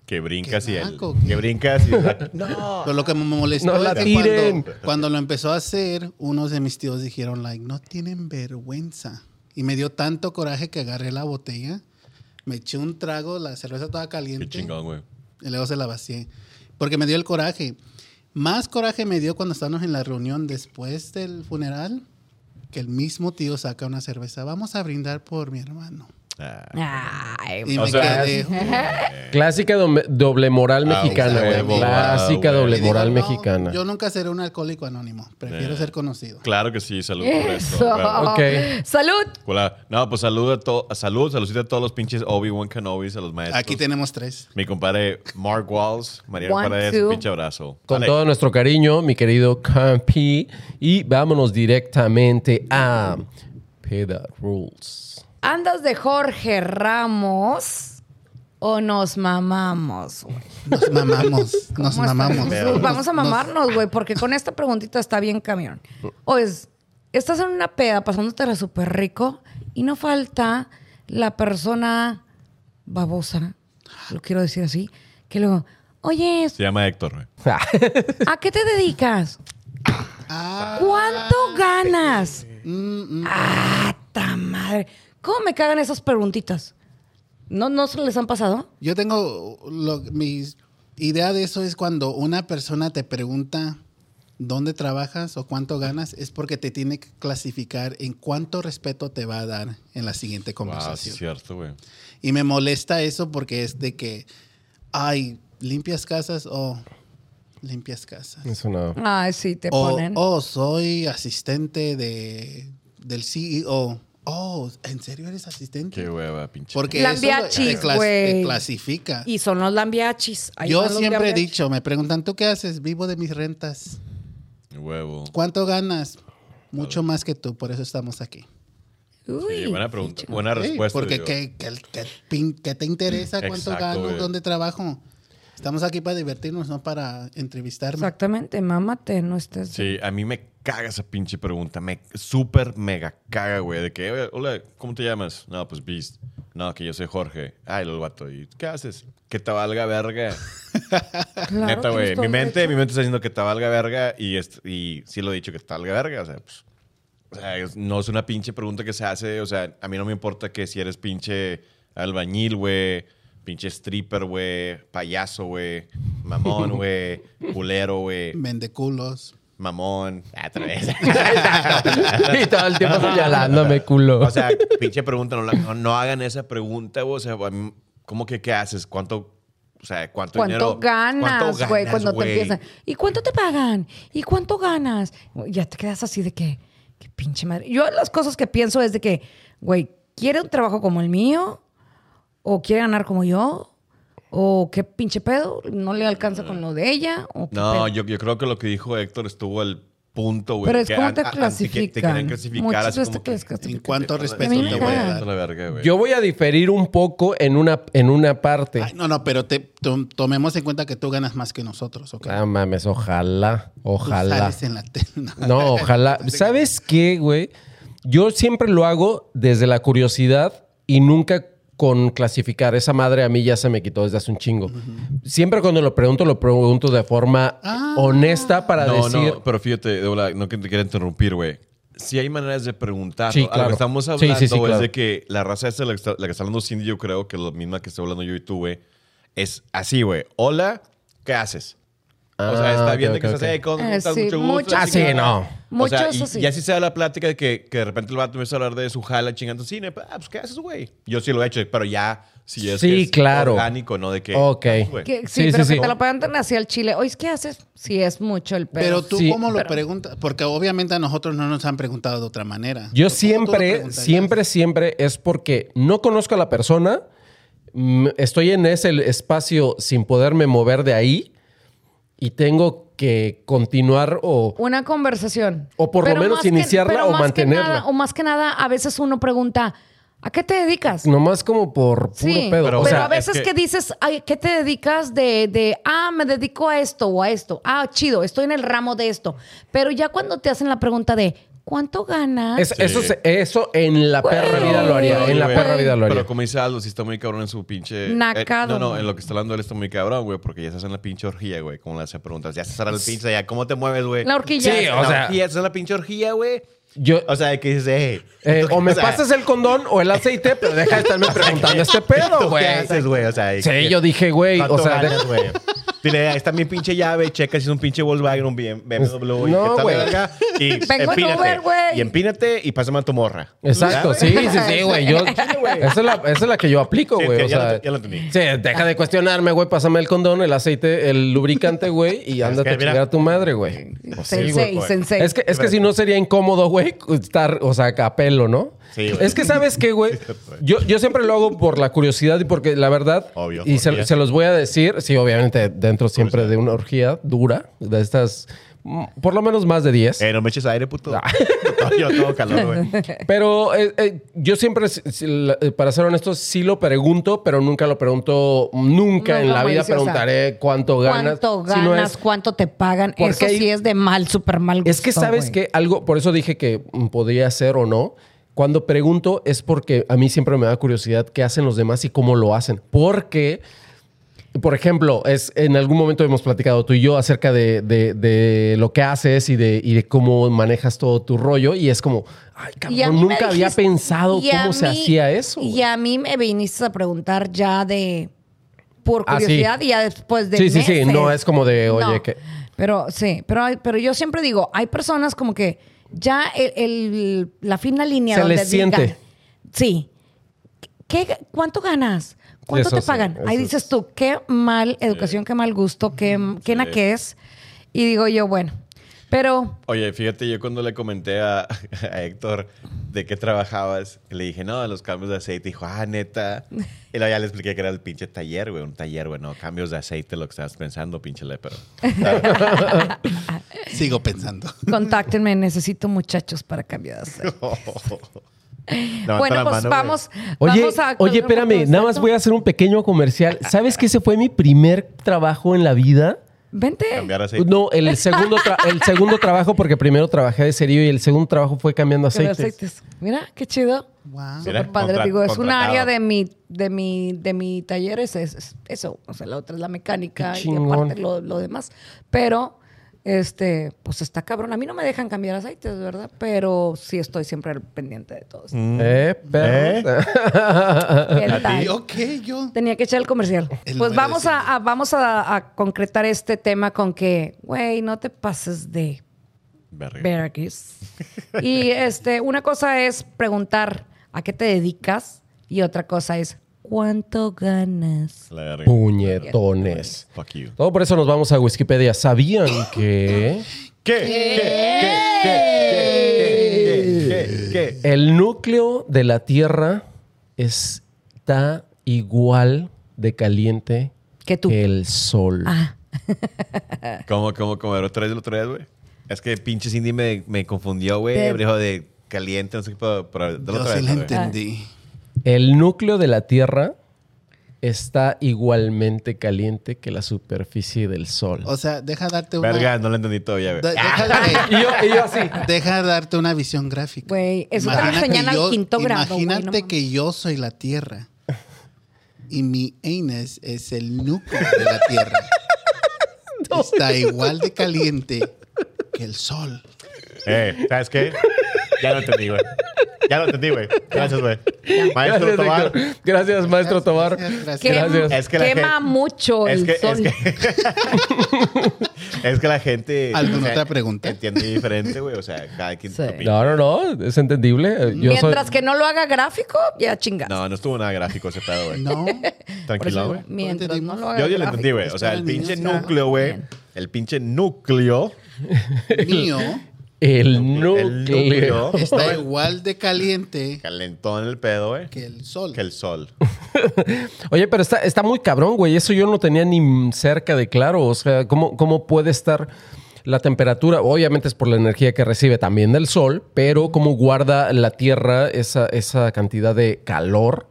Speaker 5: Que brincas y el.
Speaker 4: naco, qué-
Speaker 6: Que brincas y.
Speaker 4: Pero lo que me molestó
Speaker 2: No la
Speaker 4: es que
Speaker 2: tiren.
Speaker 4: cuando, cuando lo empezó a hacer, unos de mis tíos dijeron, like, no tienen vergüenza. Y me dio tanto coraje que agarré la botella, me eché un trago, la cerveza toda
Speaker 5: Qué
Speaker 4: caliente.
Speaker 5: chingón, güey.
Speaker 4: Y luego se la vacié. Porque me dio el coraje. Más coraje me dio cuando estábamos en la reunión después del funeral, que el mismo tío saca una cerveza. Vamos a brindar por mi hermano.
Speaker 5: Ah,
Speaker 3: Ay,
Speaker 4: Y
Speaker 5: O
Speaker 4: me
Speaker 5: sea,
Speaker 4: quedé.
Speaker 2: Clásica doble, doble moral
Speaker 5: Ah,
Speaker 2: mexicana, güey.
Speaker 5: huevo,
Speaker 2: Clásica
Speaker 5: ah, güey.
Speaker 2: doble
Speaker 4: Y digo,
Speaker 2: moral
Speaker 4: "No,
Speaker 2: mexicana.
Speaker 4: Yo nunca seré un alcohólico anónimo. Prefiero
Speaker 5: Eh.
Speaker 4: ser conocido.
Speaker 5: claro que sí, salud por eso.
Speaker 3: eso.
Speaker 5: Claro.
Speaker 2: Ok.
Speaker 3: Salud.
Speaker 5: Hola. No, pues saludo a todos. Salud, saludcita a todos los pinches Obi-Wan Kenobis, a los maestros.
Speaker 4: Aquí tenemos tres.
Speaker 5: Mi compadre Mark Walls, Mariano
Speaker 3: One,
Speaker 5: Paredes,
Speaker 3: two.
Speaker 5: pinche abrazo.
Speaker 2: Con
Speaker 5: Dale.
Speaker 2: todo nuestro cariño, mi querido Campi. Y vámonos directamente a Peda Rules.
Speaker 3: ¿Andas de Jorge Ramos o nos mamamos? güey?
Speaker 4: Nos mamamos. Nos
Speaker 3: ¿Cómo
Speaker 4: mamamos.
Speaker 3: estás? Pues vamos a
Speaker 4: Nos-
Speaker 3: mamarnos, güey, porque con esta preguntita está bien camión. O es, estás en una peda pasándotela súper rico y no falta la persona babosa, lo quiero decir así, que luego, oye,
Speaker 5: Se llama Héctor, güey.
Speaker 3: ¿a qué te dedicas?
Speaker 4: Ah, Mm,
Speaker 3: ¿Cuánto ganas? ¡Ah, ta madre! ¿Cómo me cagan esas preguntitas? ¿No, no se les han pasado?
Speaker 4: Yo tengo lo, mi idea de eso es cuando una persona te pregunta dónde trabajas o cuánto ganas, es porque te tiene que clasificar en cuánto respeto te va a dar en la siguiente
Speaker 5: Ah, sí,
Speaker 4: conversación.
Speaker 5: es cierto, güey.
Speaker 4: y me molesta eso porque es de que, ay, limpias casas o limpias casas.
Speaker 2: Es una.
Speaker 3: Ay, sí, te
Speaker 4: O,
Speaker 3: ponen.
Speaker 4: oh, soy asistente de, del CEO. Oh, ¿en serio eres asistente?
Speaker 5: Qué hueva, pinche.
Speaker 4: Porque eso
Speaker 3: Lambiachis,
Speaker 4: te clas- te
Speaker 3: güey.
Speaker 4: clasifica.
Speaker 3: Y son los lambiachis. Ahí
Speaker 4: Yo
Speaker 3: van los
Speaker 4: siempre he
Speaker 3: lambiachis.
Speaker 4: dicho, me preguntan, ¿tú qué haces? Vivo de mis rentas.
Speaker 5: Huevo.
Speaker 4: ¿Cuánto ganas? Mucho más que tú, por eso estamos aquí.
Speaker 5: Sí,
Speaker 3: Uy,
Speaker 5: buena pregunta. Buena
Speaker 4: Sí,
Speaker 5: respuesta.
Speaker 4: Porque
Speaker 5: digo.
Speaker 4: ¿qué, qué- qué pin- qué te interesa? ¿Cuánto
Speaker 5: Exacto,
Speaker 4: gano?
Speaker 5: güey.
Speaker 4: ¿Dónde trabajo? Estamos aquí para divertirnos, no para entrevistarme.
Speaker 3: Exactamente, mámate, no estés.
Speaker 5: Sí, a mí me caga esa pinche pregunta. Me súper mega caga, güey. De que, "Oye, hola, ¿cómo te llamas? No, pues Beast. No, que yo soy Jorge. Ay, el vato. ¿Y qué haces? Que te valga verga.
Speaker 3: Claro,
Speaker 5: Neta,
Speaker 3: tienes
Speaker 5: güey.
Speaker 3: todo
Speaker 5: Mi
Speaker 3: el
Speaker 5: mente,
Speaker 3: derecho.
Speaker 5: mi mente está diciendo que te valga verga y, es- y sí lo he dicho que te valga verga. O sea, pues. O sea, es- no es una pinche pregunta que se hace. O sea, a mí no me importa que si eres pinche albañil, güey. Pinche stripper, güey. Payaso, güey. Mamón, güey. Culero, güey.
Speaker 4: Mendeculos.
Speaker 5: Mamón. Ah, Otra vez.
Speaker 2: y todo el tiempo señalándome, culo.
Speaker 6: O sea, pinche pregunta, no, la- no- no hagan esa pregunta, güey. O sea, a mí- ¿cómo que qué haces? ¿Cuánto, o sea, cuánto,
Speaker 3: ¿Cuánto
Speaker 6: dinero?
Speaker 3: ganas,
Speaker 6: ¿Cuánto
Speaker 3: güey?
Speaker 6: ganas,
Speaker 3: Cuando
Speaker 6: güey?
Speaker 3: te empiezan. ¿Y cuánto te pagan? ¿Y cuánto ganas? Güey, Ya te quedas así de que, qué pinche madre. Yo las cosas que pienso es de que, güey, ¿quiere un trabajo como el mío? ¿O quiere ganar como yo? ¿O qué pinche pedo? ¿No le alcanza con lo de ella? ¿O qué pedo?
Speaker 5: No, yo, yo creo que lo que dijo Héctor estuvo al punto, güey.
Speaker 3: Pero es
Speaker 5: que
Speaker 3: como
Speaker 5: an-
Speaker 3: te
Speaker 5: a- antes que Te
Speaker 3: clasifican.
Speaker 5: querían clasificar
Speaker 3: Muchas
Speaker 5: así
Speaker 3: veces
Speaker 5: como
Speaker 3: te
Speaker 5: que...
Speaker 4: ¿En
Speaker 3: clasifican.
Speaker 4: cuánto respeto
Speaker 3: mí me
Speaker 4: te voy a
Speaker 3: caga.
Speaker 4: dar?
Speaker 5: Vete a la verga, güey.
Speaker 2: Yo voy a diferir un poco en una, en una parte.
Speaker 4: Ay, no, no, pero te, to- tomemos en cuenta que tú ganas más que nosotros, ¿ok?
Speaker 2: Ah, mames, ojalá,
Speaker 4: Tú
Speaker 2: ojalá.
Speaker 4: sales en la tele. No.
Speaker 2: No, ojalá. ¿Sabes qué, güey? Yo siempre lo hago desde la curiosidad y nunca con clasificar. Esa madre a mí ya se me quitó desde hace un chingo. Siempre cuando lo pregunto, lo pregunto de forma
Speaker 4: Ah.
Speaker 2: honesta para
Speaker 5: No,
Speaker 2: decir...
Speaker 5: no, pero fíjate, Débora, no que te quiera interrumpir, güey. Sí hay maneras de preguntar.
Speaker 2: Sí,
Speaker 5: ¿no? A Lo
Speaker 2: claro.
Speaker 5: que estamos
Speaker 2: Sí, sí,
Speaker 5: hablando
Speaker 2: sí, claro.
Speaker 5: es de que la raza esta, la que, está, la que está hablando Cindy, yo creo que es la misma que estoy hablando yo y tú, güey, es así, güey. Hola, ¿qué haces? o sea,
Speaker 2: Ah,
Speaker 5: está bien
Speaker 2: ok,
Speaker 5: de que
Speaker 2: ok,
Speaker 5: se hace
Speaker 2: ok.
Speaker 5: "Hey, ¿cómo
Speaker 3: Eh,
Speaker 5: estás?
Speaker 3: sí,
Speaker 5: mucho gusto.
Speaker 3: muchas
Speaker 5: la
Speaker 2: Ah, sí,
Speaker 5: chingada.
Speaker 2: no.
Speaker 5: O sea,
Speaker 3: Muchos
Speaker 5: y,
Speaker 3: así.
Speaker 5: y así se da la plática de que, que de repente el vato empieza a hablar de su jala chingando cine. Ah, pues, ¿qué haces, güey? Yo sí lo he hecho, pero ya, si es,
Speaker 2: Sí,
Speaker 5: que es
Speaker 2: claro.
Speaker 5: orgánico, ¿no? De que,
Speaker 2: Ok.
Speaker 5: "Ah, güey".
Speaker 3: Que-
Speaker 2: Sí,
Speaker 3: sí, pero
Speaker 2: sí,
Speaker 3: que
Speaker 2: sí.
Speaker 3: te lo pagan así al chile. Oye, ¿qué haces? Sí, es mucho el pedo.
Speaker 4: Pero tú,
Speaker 2: Sí.
Speaker 4: ¿cómo lo preguntas? Porque obviamente a nosotros no nos han preguntado de otra manera.
Speaker 2: Yo
Speaker 4: Pues, ¿Cómo tú lo
Speaker 2: siempre,
Speaker 4: preguntarías?
Speaker 2: siempre, siempre es porque no conozco a la persona, mm, estoy en ese espacio sin poderme mover de ahí y tengo que continuar o...
Speaker 3: Una conversación.
Speaker 2: O por lo menos
Speaker 3: más que-
Speaker 2: iniciarla
Speaker 3: pero
Speaker 2: o
Speaker 3: más que
Speaker 2: mantenerla.
Speaker 3: nada- o más que nada, a veces uno pregunta, ¿a qué te dedicas?
Speaker 2: Nomás como por puro
Speaker 3: sí,
Speaker 2: pedo.
Speaker 5: pero,
Speaker 3: pero,
Speaker 2: o sea,
Speaker 3: a veces
Speaker 5: es que-
Speaker 3: que... dices, "Ay, ¿qué te dedicas de, de, ah, me dedico a esto o a esto? Ah, chido, estoy en el ramo de esto. Pero ya cuando te hacen la pregunta de, ¿Cuánto ganas?
Speaker 2: Es- eso,
Speaker 5: Sí.
Speaker 2: se- eso en la
Speaker 3: Güey.
Speaker 2: perra vida lo haría. En la
Speaker 5: Güey,
Speaker 2: perra vida lo haría.
Speaker 5: Pero como dice Aldo, sí está muy cabrón en su pinche.
Speaker 3: Nacado,
Speaker 5: Eh, no, no,
Speaker 3: güey.
Speaker 5: en lo que está hablando él está muy cabrón, güey, porque ya se hacen la pinche orgía, güey. Como le hacen preguntas, ya se hará la pinche, ya, ¿cómo te mueves, güey?
Speaker 3: La horquilla.
Speaker 2: Sí,
Speaker 5: La
Speaker 2: o sea-
Speaker 5: orgía, se hace la pinche orgía, güey.
Speaker 2: Yo,
Speaker 5: O sea, que dices, eh.
Speaker 2: eh,
Speaker 5: ¿tú qué-
Speaker 2: o me
Speaker 5: sea,
Speaker 2: pasas el condón o el aceite, pero deja de estarme preguntando este pedo,
Speaker 5: ¿tú
Speaker 2: güey.
Speaker 5: ¿Qué haces, güey? O sea,
Speaker 2: Sí,
Speaker 5: ¿qué-
Speaker 2: yo dije, güey, o
Speaker 5: ¿cuánto
Speaker 2: sea, de-
Speaker 5: ganas, güey? Dile, ahí está mi pinche llave, checa si es un pinche Volkswagen, un bien- BMW.
Speaker 2: Pues, No,
Speaker 5: y que está
Speaker 2: güey.
Speaker 5: verga, Y
Speaker 3: Vengo en
Speaker 5: empínate.
Speaker 3: Uber, güey.
Speaker 5: Y empínate y pásame a tu morra.
Speaker 2: Exacto,
Speaker 5: ¿Ya?
Speaker 2: sí, sí, sí, güey. Yo, esa, es la, esa es la que yo aplico,
Speaker 5: Sí,
Speaker 2: güey.
Speaker 5: que
Speaker 2: o
Speaker 5: ya lo
Speaker 2: sea,
Speaker 5: te- ya lo entendí.
Speaker 2: sí, deja de cuestionarme, güey. Pásame el condón, el aceite, el lubricante, güey, y ándate a
Speaker 5: mira.
Speaker 2: chingar a tu madre, pues güey.
Speaker 3: sensei,
Speaker 5: güey.
Speaker 3: sensei.
Speaker 2: Es que, es que si no sería incómodo, güey, estar, o sea, a pelo, ¿no?
Speaker 5: Sí, güey.
Speaker 2: es que sabes qué, güey. Yo, yo siempre lo hago por la curiosidad y porque la verdad.
Speaker 5: Obvio,
Speaker 2: Y se,
Speaker 5: orgía.
Speaker 2: se los voy a decir. Sí, obviamente, dentro siempre de una orgía dura, de estas, mm, por lo menos más de 10.
Speaker 5: Eh, no me eches aire, puto. Yo tengo calor, güey.
Speaker 2: Pero eh, eh, yo siempre, si- si la- eh, para ser honestos, sí lo pregunto, pero nunca lo pregunto, nunca
Speaker 3: No,
Speaker 2: en
Speaker 3: no,
Speaker 2: la vida
Speaker 3: maliciosa.
Speaker 2: preguntaré cuánto ganas.
Speaker 3: ¿Cuánto
Speaker 2: si
Speaker 3: ganas?
Speaker 2: no es-
Speaker 3: ¿Cuánto te pagan?
Speaker 2: Porque
Speaker 3: Eso
Speaker 2: hay-
Speaker 3: sí es de mal, súper mal gusto,
Speaker 2: es que sabes
Speaker 3: güey.
Speaker 2: que algo, por eso dije que mm, podría ser o no. Cuando pregunto es porque a mí siempre me da curiosidad qué hacen los demás y cómo lo hacen. Porque, por ejemplo, es, en algún momento hemos platicado tú y yo acerca de, de- de lo que haces y de, y de cómo manejas todo tu rollo. Y es como, ay,
Speaker 3: Y a
Speaker 2: cabrón,
Speaker 3: mí me
Speaker 2: nunca había
Speaker 3: dijiste-
Speaker 2: pensado
Speaker 3: y a
Speaker 2: cómo se
Speaker 3: mí-
Speaker 2: hacía eso. güey.
Speaker 3: Y a mí me viniste a preguntar ya de por
Speaker 2: Ah, sí.
Speaker 3: curiosidad y ya después de
Speaker 2: Sí, sí, sí,
Speaker 3: meses.
Speaker 2: no es como de, oye, que-
Speaker 3: Pero sí, pero, hay- pero yo siempre digo, hay personas como que ya el- el- la fina línea
Speaker 2: Se
Speaker 3: donde
Speaker 2: les
Speaker 3: digan,
Speaker 2: siente.
Speaker 3: Sí. ¿Qué, ¿Cuánto ganas? ¿Cuánto
Speaker 2: Eso
Speaker 3: te
Speaker 2: sí,
Speaker 3: pagan? Ahí
Speaker 2: eso
Speaker 3: dices tú, qué mal educación, qué mal gusto, qué, qué naquez. Y digo yo, bueno, pero
Speaker 5: Oye, fíjate, yo cuando le comenté a, a Héctor de qué trabajabas, le dije, no, los cambios de aceite. Dijo, ah, neta. Y luego ya le expliqué que era el pinche taller, güey. Un taller, güey, no, cambios de aceite, lo que estabas pensando, pinche lepero.
Speaker 4: Sigo pensando.
Speaker 3: contáctenme, necesito muchachos para cambiar de aceite.
Speaker 5: Levanta
Speaker 3: Bueno,
Speaker 5: la
Speaker 3: pues
Speaker 5: mano, güey.
Speaker 3: vamos,
Speaker 2: Oye,
Speaker 3: vamos a.
Speaker 2: oye, espérame, nada más voy a hacer un pequeño comercial. ¿Sabes que ese fue mi primer trabajo en la vida?
Speaker 3: Vente.
Speaker 5: Cambiar aceite.
Speaker 2: No, el segundo, tra- el segundo trabajo, porque primero trabajé de serio y el segundo trabajo fue cambiando
Speaker 3: Cambiar
Speaker 2: aceites.
Speaker 3: aceites. Mira, qué chido.
Speaker 4: Wow.
Speaker 5: Mira,
Speaker 3: Súper padre.
Speaker 5: Eh, contra-
Speaker 3: Digo, es un
Speaker 5: contratado.
Speaker 3: área de mi, de mi, de mi taller, es, es- es eso. O sea, la otra es la mecánica
Speaker 2: Qué
Speaker 3: y
Speaker 2: chingón.
Speaker 3: aparte lo, lo demás. Pero, este, pues está cabrón. A mí no me dejan cambiar aceites, ¿verdad? Pero sí estoy siempre al pendiente de todo
Speaker 5: Mm,
Speaker 3: esto.
Speaker 2: Eh, perro.
Speaker 3: ¿Qué tal?
Speaker 4: Yo qué, yo.
Speaker 3: Tenía que echar el comercial.
Speaker 4: El
Speaker 3: pues
Speaker 4: número
Speaker 3: vamos,
Speaker 4: de
Speaker 3: a, a- vamos a, a concretar este tema con que, güey, no te pases de
Speaker 5: Verga.
Speaker 3: Veracruz. Y este, una cosa es preguntar a qué te dedicas y otra cosa es cuánto ganas.
Speaker 5: La verga.
Speaker 2: eh,
Speaker 5: Pues,
Speaker 2: Puñetones.
Speaker 5: Fuck you.
Speaker 2: Todo por eso nos vamos a Wikipedia. ¿Sabían que
Speaker 5: ¿Qué? ¿Qué? ¿Qué? ¿Qué? ¿Qué? ¿Qué? ¿Qué? ¿Qué?
Speaker 2: el núcleo de la Tierra está igual de caliente
Speaker 3: Que tú.
Speaker 2: que el Sol?
Speaker 3: Ah,
Speaker 5: ¿Cómo, cómo, cómo? ¿Era otra vez, otra vez, güey? Es que pinche Cindy me, me confundió, güey.
Speaker 3: Te-
Speaker 5: Me dijo de caliente, no sé qué. Pero, pero, dale
Speaker 4: Yo
Speaker 5: otra
Speaker 4: sí
Speaker 5: vez,
Speaker 4: la
Speaker 5: güey.
Speaker 4: entendí.
Speaker 2: El núcleo de la Tierra está igualmente caliente que la superficie del Sol.
Speaker 4: O sea, deja darte una.
Speaker 5: Verga, no la entendí todavía,
Speaker 4: de-
Speaker 5: güey. Ah,
Speaker 4: deja, de-
Speaker 2: Y yo, y yo así.
Speaker 4: deja darte una visión gráfica.
Speaker 3: Güey, eso te lo
Speaker 4: Imagina que
Speaker 3: enseñan al
Speaker 4: yo-
Speaker 3: quinto grado. güey, no
Speaker 4: Imagínate
Speaker 3: mames.
Speaker 4: que yo soy la tierra y mi anus es el núcleo de la tierra. Está igual de caliente que el sol.
Speaker 5: Eh, ¿sabes qué? Ya lo entendí, güey. Ya lo entendí, güey. Gracias, güey. Maestro
Speaker 2: Gracias,
Speaker 5: Tobar.
Speaker 2: Héctor. Gracias, maestro Tobar.
Speaker 4: Gracias, gracias.
Speaker 3: Quema-
Speaker 2: Gracias.
Speaker 5: Es que la
Speaker 3: quema
Speaker 5: gente-
Speaker 3: mucho
Speaker 5: Es
Speaker 3: el
Speaker 5: que,
Speaker 3: sol.
Speaker 5: es que, es que la gente.
Speaker 4: ¿Alguna
Speaker 5: o sea,
Speaker 4: otra pregunta?
Speaker 5: Entiende diferente, güey. O sea, cada quien.
Speaker 3: Sí.
Speaker 5: opina.
Speaker 2: No, no, no, es entendible. Yo soy-
Speaker 3: Mientras que no lo haga gráfico, ya chingas.
Speaker 5: No, no estuvo nada gráfico ese pedo, güey.
Speaker 4: No.
Speaker 3: Por eso
Speaker 5: Tranquilo,
Speaker 3: digo,
Speaker 5: güey.
Speaker 3: mientras no lo haga
Speaker 5: Yo ya lo
Speaker 3: gráfico.
Speaker 5: entendí, güey. O sea, el
Speaker 4: Espera,
Speaker 5: pinche
Speaker 4: niños,
Speaker 5: núcleo, güey. El pinche núcleo.
Speaker 4: Mío
Speaker 2: el
Speaker 5: El núcleo.
Speaker 2: núcleo.
Speaker 4: está igual de caliente
Speaker 5: Calentón el pedo, güey.
Speaker 4: que el sol.
Speaker 5: Que el sol.
Speaker 2: Oye, pero está, está muy cabrón, güey. Eso yo no tenía ni cerca de claro. O sea, ¿cómo, cómo puede estar la temperatura? Obviamente es por la energía que recibe también del sol, pero cómo guarda la Tierra esa, esa cantidad de calor.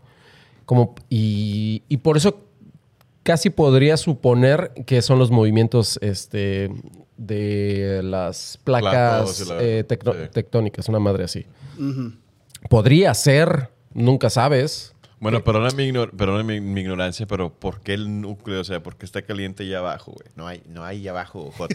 Speaker 2: Como, y, y por eso casi podría suponer que son los movimientos este, de las placas
Speaker 1: Platos y la-
Speaker 2: eh, tecno-
Speaker 1: sí.
Speaker 2: tectónicas, una madre así. Podría ser, nunca sabes.
Speaker 4: Eh,
Speaker 5: Bueno, perdona mi, ignor- perdona mi, mi ignorancia, pero ¿por qué el núcleo? O sea, ¿por qué está caliente ahí abajo, güey? No hay, no hay ahí abajo, Joto.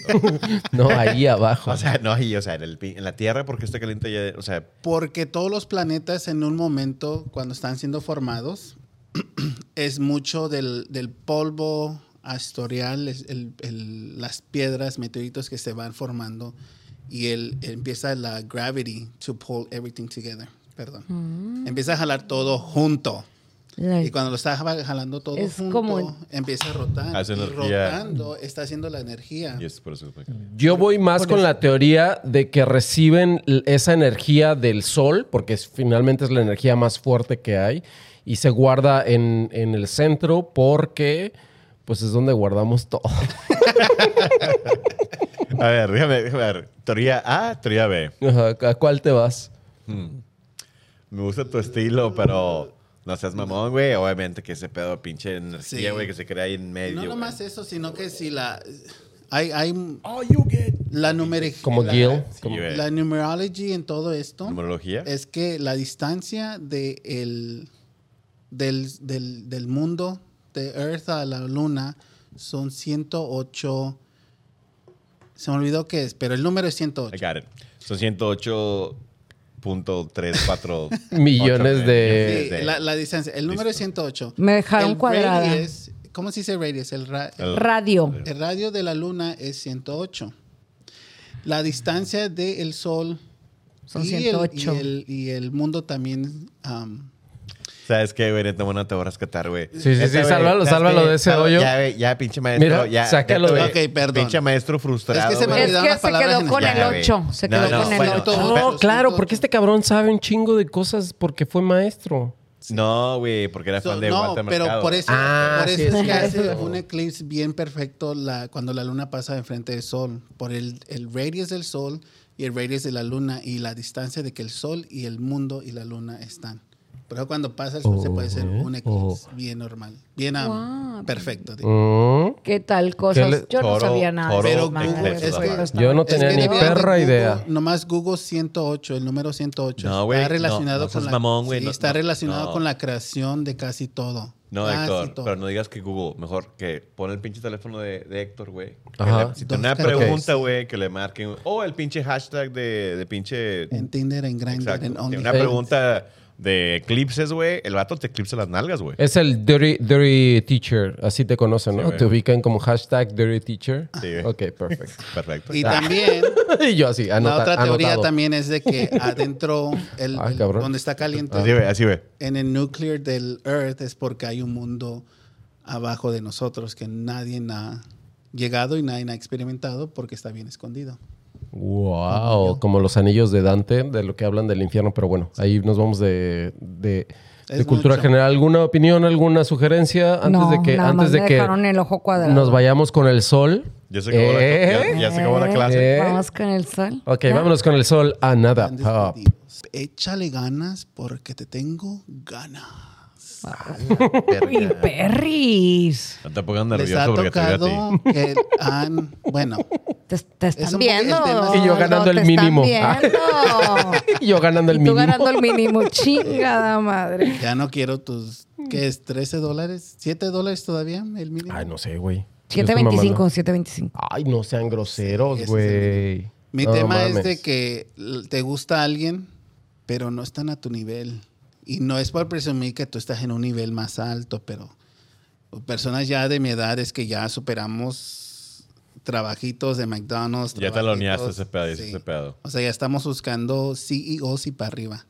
Speaker 2: No, ahí abajo.
Speaker 5: o sea, no hay, o sea, en, el pi- en la Tierra, ¿por qué está caliente allá? O sea,
Speaker 4: Porque todos los planetas en un momento, cuando están siendo formados, es mucho del, del polvo astorial, es el- el- las piedras, meteoritos que se van formando y el, empieza la gravity to pull everything together. Perdón.
Speaker 3: Mm.
Speaker 4: Empieza a jalar todo junto.
Speaker 3: La-
Speaker 4: Y cuando lo está ja- jalando todo
Speaker 3: Es
Speaker 4: junto,
Speaker 3: como el-
Speaker 4: empieza a rotar.
Speaker 5: Hace
Speaker 4: y
Speaker 5: energía.
Speaker 4: rotando está haciendo la energía.
Speaker 5: y es por
Speaker 4: Mm.
Speaker 5: eso que está caliente.
Speaker 2: Yo voy más con la teoría de que reciben l- esa energía del sol, porque es- finalmente es la energía más fuerte que hay, y se guarda en, en el centro porque pues es donde guardamos todo.
Speaker 5: A ver, déjame, déjame ver. Teoría A, teoría B.
Speaker 2: Ajá, ¿A cuál te vas?
Speaker 5: Me gusta tu estilo, pero no seas mamón, güey. Obviamente que ese pedo de pinche
Speaker 4: Sí.
Speaker 5: energía, güey, que se crea ahí en medio.
Speaker 4: No
Speaker 5: güey.
Speaker 4: nomás eso, sino que si la... Hay, hay la numeri-
Speaker 2: Como
Speaker 4: la-
Speaker 2: Gil.
Speaker 5: Sí,
Speaker 2: como-
Speaker 5: güey.
Speaker 4: La numerology en todo esto
Speaker 5: numerología.
Speaker 4: es que la distancia de el, del, del, del mundo de Earth a la Luna son 108. Se me olvidó qué es, pero el número es
Speaker 5: I
Speaker 4: 108.
Speaker 5: got it. Son 108.348
Speaker 2: Millones de-
Speaker 4: Sí, la, la distancia. El número es
Speaker 5: Listo.
Speaker 4: 108.
Speaker 3: Me dejaron
Speaker 4: El
Speaker 3: cuadrada.
Speaker 4: radius- ¿Cómo se dice radius? El, ra-
Speaker 5: El-
Speaker 3: Radio.
Speaker 4: el radio de la Luna es 108. La distancia del Sol
Speaker 3: Son
Speaker 4: y el-
Speaker 3: 108.
Speaker 4: y, el, y el mundo también um,
Speaker 5: ¿Sabes qué, güey? Neta, bueno, te voy a rescatar, güey.
Speaker 2: Sí, sí,
Speaker 5: Neta,
Speaker 2: sí,
Speaker 5: güey,
Speaker 2: sálvalo,
Speaker 5: ¿sabes
Speaker 2: sálvalo
Speaker 5: qué?
Speaker 2: de ese hoyo.
Speaker 5: Ya, güey, ya, pinche maestro.
Speaker 2: Mira,
Speaker 5: ya,
Speaker 2: sácalo
Speaker 5: neta,
Speaker 2: de-
Speaker 5: güey,
Speaker 4: Ok, perdón.
Speaker 5: Pinche maestro frustrado.
Speaker 4: Es que se me
Speaker 5: güey.
Speaker 3: Es
Speaker 4: olvidaron
Speaker 3: que
Speaker 4: las
Speaker 3: se
Speaker 4: palabras
Speaker 3: quedó
Speaker 4: en
Speaker 3: con el
Speaker 5: español.
Speaker 3: 8. Se
Speaker 5: No,
Speaker 3: quedó
Speaker 5: no,
Speaker 3: con el
Speaker 5: bueno,
Speaker 3: 8.
Speaker 4: todo-
Speaker 2: No,
Speaker 4: Pero-
Speaker 2: claro, porque este cabrón sabe un chingo de cosas porque fue maestro.
Speaker 5: No, güey, porque era
Speaker 4: So,
Speaker 5: fan de
Speaker 4: no,
Speaker 5: Walter
Speaker 4: pero
Speaker 5: Mercado.
Speaker 4: por eso,
Speaker 2: Ah,
Speaker 4: por
Speaker 2: sí,
Speaker 4: eso
Speaker 2: es
Speaker 4: es que hace
Speaker 2: cierto.
Speaker 4: un eclipse bien perfecto la, cuando la luna pasa de frente del sol, por el, el radius del sol y el radius de la luna y la distancia de que el sol y el mundo y la luna están. Pero cuando pasa el sol se puede hacer un eclipse bien normal, bien um,
Speaker 3: Wow.
Speaker 4: perfecto. digo.
Speaker 2: Mm.
Speaker 3: ¿Qué tal cosas?
Speaker 2: ¿Qué le-
Speaker 3: Yo no
Speaker 5: Toro-
Speaker 3: sabía nada.
Speaker 5: toro
Speaker 3: de
Speaker 4: Pero
Speaker 3: esas madres,
Speaker 4: Google-
Speaker 3: güey,
Speaker 4: es
Speaker 3: yo
Speaker 4: que-
Speaker 3: no estaba-
Speaker 2: Yo no tenía
Speaker 4: que
Speaker 2: ni
Speaker 4: deberían de
Speaker 2: perra
Speaker 4: Google-
Speaker 2: idea.
Speaker 4: Nomás Google 108, el número 108.
Speaker 5: No, güey, no,
Speaker 4: está relacionado
Speaker 5: no
Speaker 4: con
Speaker 5: seas
Speaker 4: la,
Speaker 5: mamón, güey,
Speaker 4: sí,
Speaker 5: no,
Speaker 4: está
Speaker 5: no,
Speaker 4: relacionado
Speaker 5: no.
Speaker 4: con la creación de casi todo.
Speaker 5: No,
Speaker 4: Casi
Speaker 5: Héctor,
Speaker 4: todo.
Speaker 5: pero no digas que Google. Mejor que pon el pinche teléfono de, de Héctor, güey. Que
Speaker 2: Ajá.
Speaker 5: le- Si
Speaker 4: Dos
Speaker 5: tiene una
Speaker 4: catorce.
Speaker 5: pregunta, güey, que le marquen. O el pinche hashtag de, de pinche.
Speaker 4: En Tinder, en Grindr,
Speaker 5: Exacto.
Speaker 4: en
Speaker 5: Tiene
Speaker 4: OnlyFans.
Speaker 5: una pregunta de eclipses, güey. El vato te eclipsa las nalgas,
Speaker 4: Eh,
Speaker 5: güey.
Speaker 2: Es el Dirty, Dirty Teacher, así te conocen,
Speaker 5: Sí,
Speaker 2: ¿no?
Speaker 5: güey.
Speaker 2: te ubican como hashtag Dirty Teacher.
Speaker 5: Sí, güey.
Speaker 2: Ok, perfecto.
Speaker 5: Perfecto. Ah,
Speaker 4: Y también,
Speaker 2: y yo así, anota,
Speaker 4: la otra teoría
Speaker 2: anotado.
Speaker 4: también es de que adentro, el,
Speaker 2: Ay,
Speaker 4: el-
Speaker 2: cabrón.
Speaker 4: donde está caliente,
Speaker 5: Así, güey, así, güey.
Speaker 4: en el nuclear del Earth es porque hay un mundo abajo de nosotros que nadie ha llegado y nadie ha experimentado porque está bien escondido.
Speaker 2: Wow, como los anillos de Dante, de lo que hablan del infierno, pero bueno, ahí nos vamos de, de, de
Speaker 4: Es
Speaker 2: cultura
Speaker 4: mucho.
Speaker 2: general. ¿Alguna opinión, alguna sugerencia antes
Speaker 3: No,
Speaker 2: de que
Speaker 3: nada
Speaker 2: antes
Speaker 3: más
Speaker 2: de
Speaker 3: me
Speaker 2: que
Speaker 3: dejaron el ojo cuadrado.
Speaker 2: nos vayamos con el sol?
Speaker 5: Ya se acabó, la,
Speaker 2: ¿Eh?
Speaker 5: cla- ya, ya se acabó la clase.
Speaker 2: ¿Eh?
Speaker 3: Vamos con el sol.
Speaker 2: Ok,
Speaker 3: Ya.
Speaker 2: vámonos con el sol a nada.
Speaker 4: Grandes
Speaker 2: Ah,
Speaker 4: motivos. Échale ganas porque te tengo ganas.
Speaker 3: Uy, perris.
Speaker 5: No te pongas
Speaker 4: Les ha
Speaker 5: nervioso porque te veo a ti.
Speaker 4: tocado que han... Bueno,
Speaker 3: Te, te están
Speaker 4: Es un poco-
Speaker 3: viendo.
Speaker 4: el tema es-
Speaker 2: Y yo
Speaker 3: no,
Speaker 2: ganando el
Speaker 3: te están
Speaker 2: mínimo.
Speaker 3: viendo.
Speaker 2: yo ganando el
Speaker 3: y tú
Speaker 2: mínimo.
Speaker 3: ganando el mínimo. Chingada madre.
Speaker 4: ya no quiero tus... ¿Qué es? ¿13 dólares? ¿7 dólares todavía? El mínimo.
Speaker 2: Ay, no sé, güey. Yo estoy mamando.
Speaker 3: 725, 725.
Speaker 2: Ay, no sean groseros,
Speaker 4: Sí, ese es
Speaker 2: güey.
Speaker 4: Mi
Speaker 2: No
Speaker 4: tema es
Speaker 2: mames.
Speaker 4: de que l- te gusta alguien, pero no están a tu nivel. Y no es por presumir que tú estás en un nivel más alto, pero personas ya de mi edad es que ya superamos trabajitos de McDonald's.
Speaker 5: Ya taloneaste
Speaker 4: trabajitos,
Speaker 5: ese pedo, dices
Speaker 4: sí.
Speaker 5: ese pedo.
Speaker 4: O sea, ya estamos buscando CEOs y para arriba.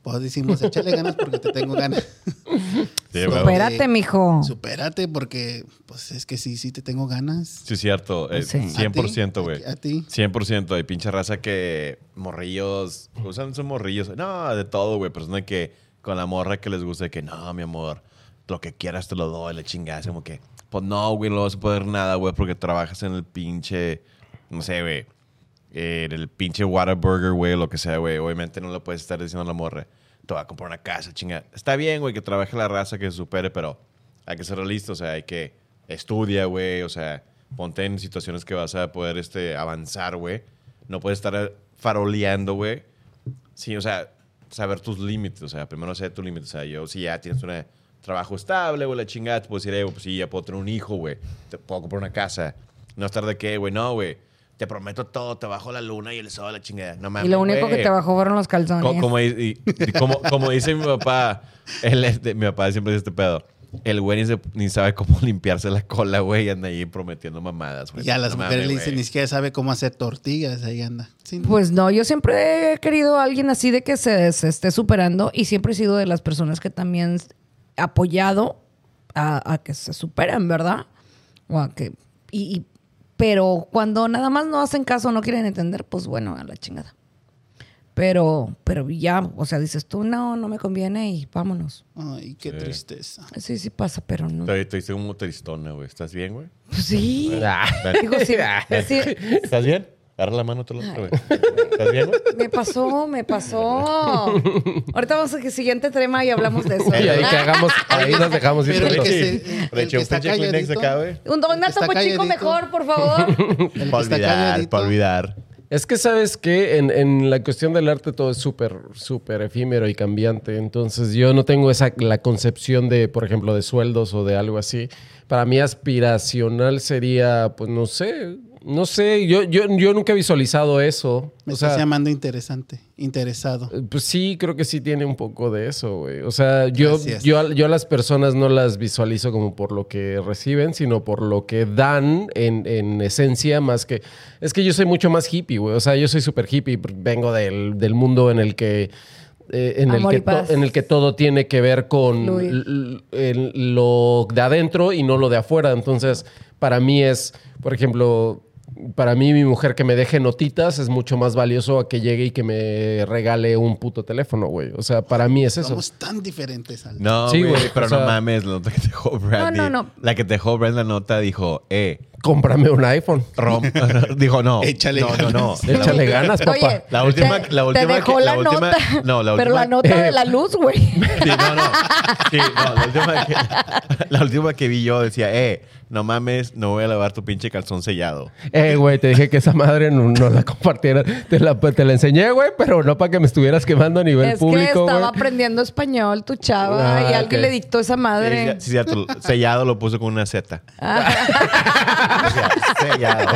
Speaker 4: Pues decimos, échale ganas porque te tengo ganas.
Speaker 5: Sí,
Speaker 4: Súper.
Speaker 5: güey.
Speaker 3: Espérate, mijo.
Speaker 4: Supérate porque, pues es que sí, sí te tengo ganas.
Speaker 5: Sí, cierto. eh,
Speaker 3: Sí. ¿A ti?
Speaker 5: 100%, güey.
Speaker 4: ¿A ti?
Speaker 5: 100%. Hay pinche raza que morrillos, usan son morrillos. No, de todo, güey. Persona que con la morra que les gusta, que no, mi amor, lo que quieras te lo doy, la chingada. Es como que, pues no, güey, no vas a poder nada, güey, porque trabajas en el pinche, no sé, güey, eh, en el pinche Whataburger, güey, lo que sea, güey. Obviamente no le puedes estar diciendo a la morra, te voy a comprar una casa, chingada. Está bien, güey, que trabaje la raza, que se supere, pero hay que ser realista, o sea, hay que estudia, güey, o sea, ponte en situaciones que vas a poder este, avanzar, güey. No puedes estar faroleando, güey. Sí, o sea, saber tus límites, o sea, primero sé tu límite. O sea, yo si ya tienes un trabajo estable, güey, la chingada, te puedo decir, eh, pues sí, ya puedo tener un hijo, güey. Te puedo comprar una casa. No estar de qué, güey, no, güey. Te prometo todo, te bajo la luna y el sol, la chingada. No mames.
Speaker 3: Y lo único
Speaker 5: güey.
Speaker 3: que te bajó fueron los calzones.
Speaker 5: Co- Como, di- y- y como, como dice mi papá, él es de- mi papá siempre dice este pedo. El güey ni, se- ni sabe cómo limpiarse la cola, güey, y anda ahí prometiendo mamadas, güey.
Speaker 4: Y a las
Speaker 5: Pues, No
Speaker 4: mujeres
Speaker 5: mames,
Speaker 4: le dicen,
Speaker 5: güey.
Speaker 4: ni siquiera sabe cómo hacer tortillas, ahí anda. Sí, no.
Speaker 3: Pues no, yo siempre he querido a alguien así de que se, se esté superando y siempre he sido de las personas que también he apoyado a, a que se superen, ¿verdad? O a que, y, y- pero cuando nada más no hacen caso, no quieren entender, pues bueno, a la chingada. Pero, pero ya, o sea, dices tú, no, no me conviene y vámonos.
Speaker 4: Ay, qué tristeza.
Speaker 3: Sí, sí pasa, pero no.
Speaker 5: Te, te hice como tristona, güey. ¿Estás bien, güey?
Speaker 3: Pues sí.
Speaker 2: Ah.
Speaker 5: Ven.
Speaker 3: Digo, sí, sí,
Speaker 5: ¿Estás bien? Agarra la mano, te lo güey. ¿Estás bien, güey?
Speaker 3: Me pasó, me pasó. Ahorita vamos al siguiente tema y hablamos de eso.
Speaker 2: Y ahí cagamos, ahí nos dejamos ir
Speaker 4: Pero el
Speaker 2: solos.
Speaker 4: que
Speaker 5: Sí.
Speaker 4: se- el
Speaker 5: Le eché
Speaker 4: que
Speaker 5: un
Speaker 4: está
Speaker 5: pinche Kleenex
Speaker 4: calladito.
Speaker 5: acá, güey.
Speaker 3: Un donato
Speaker 4: Está
Speaker 3: pues chico
Speaker 4: calladito.
Speaker 3: mejor, por favor.
Speaker 4: El que
Speaker 5: Para
Speaker 4: está
Speaker 5: olvidar,
Speaker 4: calladito.
Speaker 5: para olvidar.
Speaker 2: Es que sabes que en, en la cuestión del arte todo es súper, súper efímero y cambiante. Entonces yo no tengo esa la concepción de, por ejemplo, de sueldos o de algo así. Para mí aspiracional sería, pues no sé, no sé. Yo, yo, yo nunca he visualizado eso.
Speaker 4: Me
Speaker 2: o
Speaker 4: estás
Speaker 2: sea,
Speaker 4: llamando interesante, interesado.
Speaker 2: eh, Pues sí, creo que sí tiene un poco de eso, güey. O sea, yo,
Speaker 4: Así es.
Speaker 2: yo, a- yo a las personas no las visualizo como por lo que reciben, sino por lo que dan en, en esencia, más que... Es que yo soy mucho más hippie, güey. O sea, yo soy súper hippie, porque vengo del, del mundo en el que... eh, en, el
Speaker 3: Amor
Speaker 2: que
Speaker 3: y paz.
Speaker 2: to- en el que todo tiene que ver con
Speaker 3: Fluir.
Speaker 2: l- l- el- lo de adentro y no lo de afuera. Entonces, para mí es, por ejemplo, para mí mi mujer que me deje notitas es mucho más valioso a que llegue y que me regale un puto teléfono, güey. O sea, para mí es eso.
Speaker 4: Somos tan diferentes. Aldo.
Speaker 5: No,
Speaker 2: Sí,
Speaker 5: güey,
Speaker 2: güey,
Speaker 5: pero
Speaker 2: o sea-
Speaker 5: no mames, la nota que te dejó Brandy.
Speaker 3: no, no.
Speaker 5: La que te dejó Brandy la nota dijo, eh,
Speaker 2: Cómprame un iPhone.
Speaker 5: Rom dijo no.
Speaker 4: Échale
Speaker 5: no, no, no.
Speaker 4: ganas.
Speaker 2: Échale ganas, papá.
Speaker 3: Oye,
Speaker 5: La última-
Speaker 3: te,
Speaker 5: la última
Speaker 3: te dejó
Speaker 5: que-
Speaker 3: la,
Speaker 5: la última-
Speaker 3: nota.
Speaker 5: no, la
Speaker 3: Pero
Speaker 5: última-
Speaker 3: la nota de la luz, güey.
Speaker 5: Sí, no, no. Sí, no, la última, que, la última que vi yo decía, eh, no mames, no voy a lavar tu pinche calzón sellado.
Speaker 2: Eh, güey, te dije que esa madre no, no la compartiera. Te la, te la enseñé, güey, pero no para que me estuvieras quemando a nivel
Speaker 3: es que
Speaker 2: público,
Speaker 3: estaba
Speaker 2: güey.
Speaker 3: aprendiendo español tu chava
Speaker 2: Ah,
Speaker 3: y alguien
Speaker 2: ok.
Speaker 3: le dictó esa madre.
Speaker 5: Sí, sí, cierto, sellado lo puso con una Z.
Speaker 4: Ah.
Speaker 5: O sea, sellado.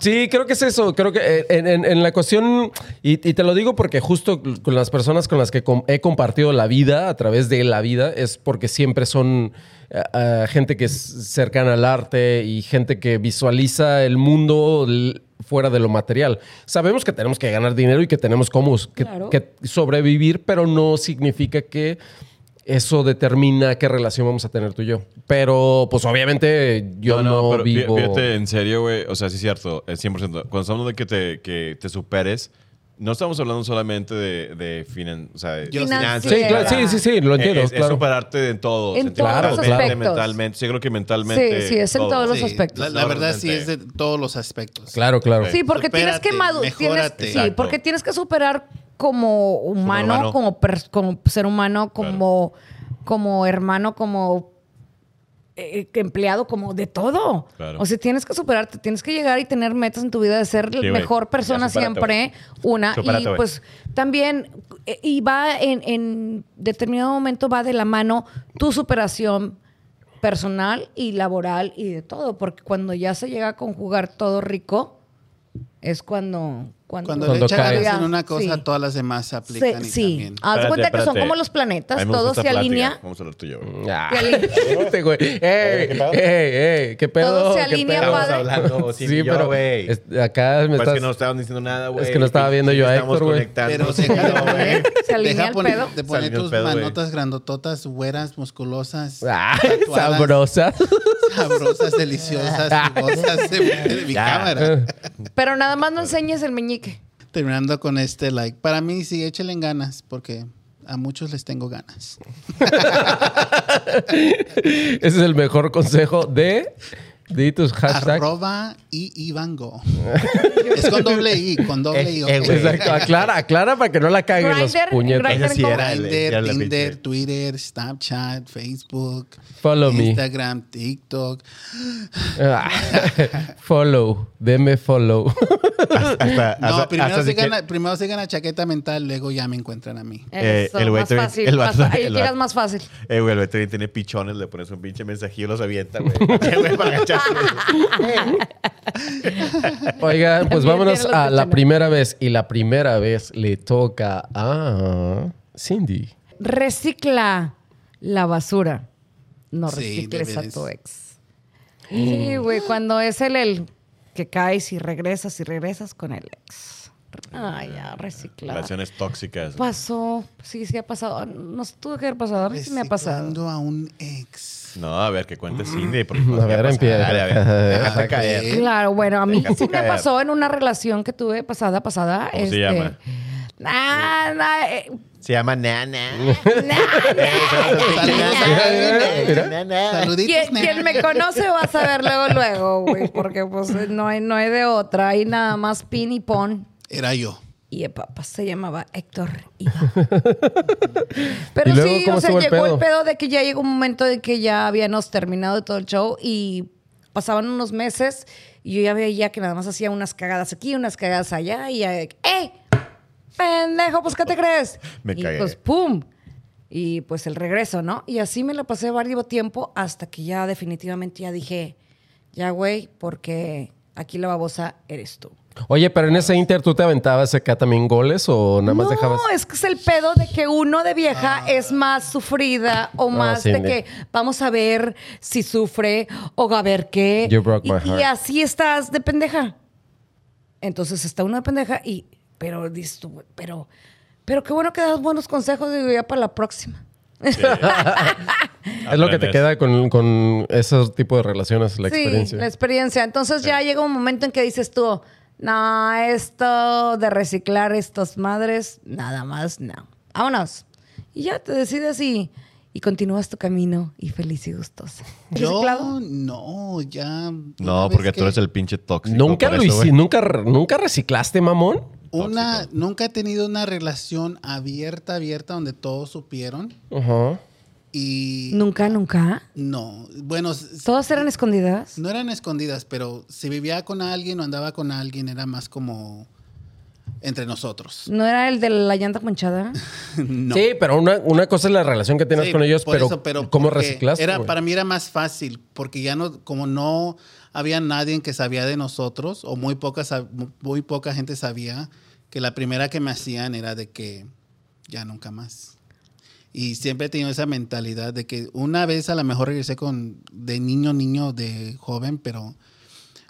Speaker 2: Sí, creo que es eso. Creo que eh, en, en- en la cuestión, y, y te lo digo porque justo con las personas con las que com- he compartido la vida a través de la vida, es porque siempre son eh, eh, gente que es cercana al arte y gente que visualiza el mundo l- fuera de lo material. Sabemos que tenemos que ganar dinero y que tenemos cómo us- que-
Speaker 3: Claro.
Speaker 2: que sobrevivir, pero no significa que eso determina qué relación vamos a tener tú y yo. Pero pues obviamente yo no,
Speaker 5: pero fí-
Speaker 2: vivo...
Speaker 5: Fíjate, en serio, güey. O sea, sí es cierto, es 100%. Cuando estamos hablando de que te, que te superes, no estamos hablando solamente de, de, finan- o sea, de
Speaker 4: Yo sí.
Speaker 5: finanzas.
Speaker 2: Sí, claro, sí,
Speaker 3: Era-
Speaker 2: sí, sí, lo entiendo.
Speaker 5: Es, es
Speaker 2: claro.
Speaker 5: superarte en todo.
Speaker 3: En todos
Speaker 2: los
Speaker 5: sentimentalmente,
Speaker 3: aspectos.
Speaker 5: mentalmente. Sí, creo que mentalmente.
Speaker 3: Sí, sí, es en todos los-
Speaker 4: Sí,
Speaker 3: aspectos.
Speaker 4: La, la
Speaker 5: No,
Speaker 4: verdad sí es
Speaker 5: realmente.
Speaker 4: de todos los aspectos.
Speaker 2: Claro, claro.
Speaker 3: Sí, porque tienes
Speaker 4: Supérate,
Speaker 3: que madurar.
Speaker 4: mejórate.
Speaker 3: Sí,
Speaker 5: Exacto.
Speaker 3: porque tienes que superar como humano,
Speaker 5: Superhumano.
Speaker 3: como, per- como ser humano,
Speaker 5: Claro.
Speaker 3: como, como hermano, como eh, que empleado, como de todo.
Speaker 5: Claro.
Speaker 3: O sea, tienes que superarte, tienes que llegar y tener metas en tu vida de ser
Speaker 5: güey.
Speaker 3: la mejor
Speaker 5: Ya,
Speaker 3: persona
Speaker 5: supérate, güey.
Speaker 3: siempre, una.
Speaker 5: Supérate,
Speaker 3: y
Speaker 5: güey.
Speaker 3: pues también, eh, y va en, en determinado momento, va de la mano tu superación personal y laboral y de todo, porque cuando ya se llega a conjugar todo rico, es cuando... Cuando,
Speaker 4: Cuando,
Speaker 2: Cuando
Speaker 4: le echas
Speaker 2: caes.
Speaker 4: ganas en una cosa,
Speaker 3: Sí.
Speaker 4: todas las demás se
Speaker 3: Sí,
Speaker 4: aplican. y
Speaker 3: sí. Ah.
Speaker 4: también.
Speaker 3: haz de
Speaker 5: Espérate,
Speaker 3: cuenta que son
Speaker 5: espérate.
Speaker 3: como los
Speaker 5: A
Speaker 3: planetas,
Speaker 5: mí me gusta
Speaker 3: todo
Speaker 5: esta
Speaker 3: se
Speaker 5: plática.
Speaker 3: alinea.
Speaker 5: Vamos a hablar tuyo, güey.
Speaker 2: Ah,
Speaker 3: se alinea.
Speaker 2: este güey. ¡Ey!
Speaker 5: ¿Qué pedo?
Speaker 2: ¡Ey! ¡Ey! ¿Qué pedo?
Speaker 3: Todo se
Speaker 2: ¿Qué
Speaker 3: alinea
Speaker 2: pedo?
Speaker 3: padre.
Speaker 5: hablando,
Speaker 2: Sí,
Speaker 5: sí, yo,
Speaker 2: pero
Speaker 5: güey.
Speaker 2: es- acá me
Speaker 5: Pues
Speaker 2: estás...
Speaker 5: que no estaban diciendo nada, güey.
Speaker 2: es que no estaba viendo yo a Héctor, güey.
Speaker 4: Pero
Speaker 5: sí,
Speaker 4: deja de
Speaker 5: no, güey.
Speaker 4: poner,
Speaker 3: Se alinea
Speaker 4: deja
Speaker 3: el
Speaker 4: poner-
Speaker 3: pedo.
Speaker 4: de
Speaker 5: Se
Speaker 4: poner
Speaker 5: alinea el
Speaker 4: tus
Speaker 5: pedo, güey.
Speaker 4: manotas grandototas, güeras, musculosas,
Speaker 2: Ah,
Speaker 4: tatuadas,
Speaker 2: sabrosa.
Speaker 4: sabrosas, deliciosas, jugosas de, de mi
Speaker 5: Ya.
Speaker 4: cámara.
Speaker 3: Pero nada más no enseñes el meñique.
Speaker 4: Terminando con este like. Para mí sí, échenle ganas, porque a muchos les tengo ganas.
Speaker 2: Ese es el mejor consejo de Di tus hashtags.
Speaker 4: Arroba y Ivango. es con doble I, con doble I.
Speaker 5: Eh,
Speaker 4: ok.
Speaker 5: eh, güey.
Speaker 2: Exacto, aclara, aclara para que no la caguen los
Speaker 3: Grindr,
Speaker 2: puñetas.
Speaker 3: Grindr.
Speaker 5: Esa sí era.
Speaker 4: Grindr,
Speaker 5: era la
Speaker 4: Tinder,
Speaker 5: pinche.
Speaker 4: Twitter, Snapchat, Facebook,
Speaker 2: Follow me.
Speaker 4: Instagram, TikTok.
Speaker 2: Ah, follow, deme follow.
Speaker 5: Hasta,
Speaker 4: No,
Speaker 5: hasta-
Speaker 4: primero,
Speaker 5: hasta si
Speaker 4: sigan
Speaker 5: que-
Speaker 4: a, primero sigan a Chaqueta Mental, luego ya me encuentran a mí.
Speaker 5: Eh,
Speaker 3: Eso,
Speaker 5: el güey
Speaker 3: más
Speaker 5: también-
Speaker 3: fácil.
Speaker 5: el
Speaker 3: más
Speaker 5: vato-
Speaker 3: fa- ahí
Speaker 5: el
Speaker 3: llegas
Speaker 5: vato.
Speaker 3: más fácil.
Speaker 5: Eh, güey, el veterinario tiene pichones, le pones un pinche mensajillo y los avienta, güey. Eh, güey, para agacharse.
Speaker 2: Oigan, pues
Speaker 3: También
Speaker 2: vámonos
Speaker 3: tiene los
Speaker 2: a la
Speaker 3: pechones.
Speaker 2: primera vez. Y la primera vez le toca a Cindy.
Speaker 3: Recicla la basura. No
Speaker 4: Sí,
Speaker 3: recicles a
Speaker 4: deberes.
Speaker 3: tu ex. Sí, güey, cuando es el, el que caes y regresas y regresas con el ex. Ay, ya, recicla.
Speaker 1: Relaciones tóxicas.
Speaker 4: Pues
Speaker 3: Pasó, sí, sí ha pasado. No sé, tuvo que haber pasado. A mí sí me ha pasado.
Speaker 4: Reciclando a un ex.
Speaker 1: No, a ver, que cuentes cine. Porque
Speaker 2: A ver, empieza.
Speaker 5: Dale, a ver, déjate caer.
Speaker 4: Eh,
Speaker 3: Claro, bueno, a mí
Speaker 5: Dejaste
Speaker 3: sí me
Speaker 5: caer.
Speaker 3: pasó en una relación que tuve pasada, pasada.
Speaker 1: ¿Cómo se llama?
Speaker 3: Ah, na- eh,
Speaker 5: Se llama Nana.
Speaker 3: na-
Speaker 4: Saluditos,
Speaker 3: Quien, quien Ah. me conoce va a saber luego, luego, güey, porque pues no hay, no hay de otra. Hay nada más pin y pon.
Speaker 4: Era yo.
Speaker 3: Y el papá se llamaba Héctor Iba. Pero
Speaker 2: ¿Y luego
Speaker 3: sí,
Speaker 2: cómo
Speaker 3: o sea,
Speaker 2: estuvo el
Speaker 3: llegó
Speaker 2: pedo?
Speaker 3: el pedo de que ya llegó un momento de que ya habíamos terminado todo el show y pasaban unos meses y yo ya veía que nada más hacía unas cagadas aquí, unas cagadas allá y ya, ¡eh! ¡Pendejo! Pues ¿qué te crees?
Speaker 5: Me
Speaker 3: y
Speaker 5: cagué.
Speaker 3: pues ¡pum! Y pues el regreso, ¿no? Y así me la pasé varios tiempo hasta que ya definitivamente ya dije, ya güey, porque aquí la babosa eres tú.
Speaker 2: Oye, pero en ese Inter, ¿tú te aventabas acá también goles o nada más
Speaker 3: no,
Speaker 2: dejabas?
Speaker 3: es que es el pedo de que uno de vieja es más sufrida
Speaker 2: Ah,
Speaker 3: o más de
Speaker 2: Cindy.
Speaker 3: que vamos a ver si sufre o a ver qué.
Speaker 2: You broke
Speaker 3: y,
Speaker 2: my heart.
Speaker 3: y así estás de pendeja. Entonces está uno de pendeja y, pero dices tú, pero, pero qué bueno que das buenos consejos digo, ya para la próxima.
Speaker 2: Es lo que te queda con, con ese tipo de relaciones, la
Speaker 3: Sí,
Speaker 2: experiencia.
Speaker 3: la experiencia. Entonces ya llega un momento en que dices tú, no, esto de reciclar estas madres, nada más, no. Vámonos. Y ya te decides y, y continúas tu camino y feliz y gustosa.
Speaker 4: Yo
Speaker 3: ¿Reciclado?
Speaker 4: no, ya. una
Speaker 5: No,
Speaker 4: vez
Speaker 5: porque
Speaker 4: que-
Speaker 5: tú eres el pinche tóxico.
Speaker 2: ¿Nunca,
Speaker 5: por
Speaker 2: lo
Speaker 5: eso,
Speaker 2: hici-
Speaker 5: güey.
Speaker 2: ¿nunca, re- ¿Nunca reciclaste, mamón?
Speaker 4: Una, nunca he tenido una relación abierta, abierta, donde todos supieron.
Speaker 2: Ajá.
Speaker 4: Y
Speaker 3: Nunca, nunca.
Speaker 4: no. Bueno, s-
Speaker 3: ¿Todas eran escondidas?
Speaker 4: No eran escondidas, pero si vivía con alguien o andaba con alguien, era más como entre nosotros.
Speaker 3: ¿No era el de la llanta ponchada?
Speaker 4: No.
Speaker 2: Sí, pero una, una cosa es la relación que tienes
Speaker 4: Sí,
Speaker 2: con ellos,
Speaker 4: por
Speaker 2: pero,
Speaker 4: eso,
Speaker 2: ¿cómo
Speaker 4: porque
Speaker 2: reciclaste?
Speaker 4: Era,
Speaker 2: güey?
Speaker 4: para mí era más fácil, porque ya no, como no había nadie que sabía de nosotros, o muy poca, sab- muy poca gente sabía, que la primera que me hacían era de que ya nunca más. Y siempre he tenido esa mentalidad de que una vez a lo mejor regresé con de niño, niño, de joven, pero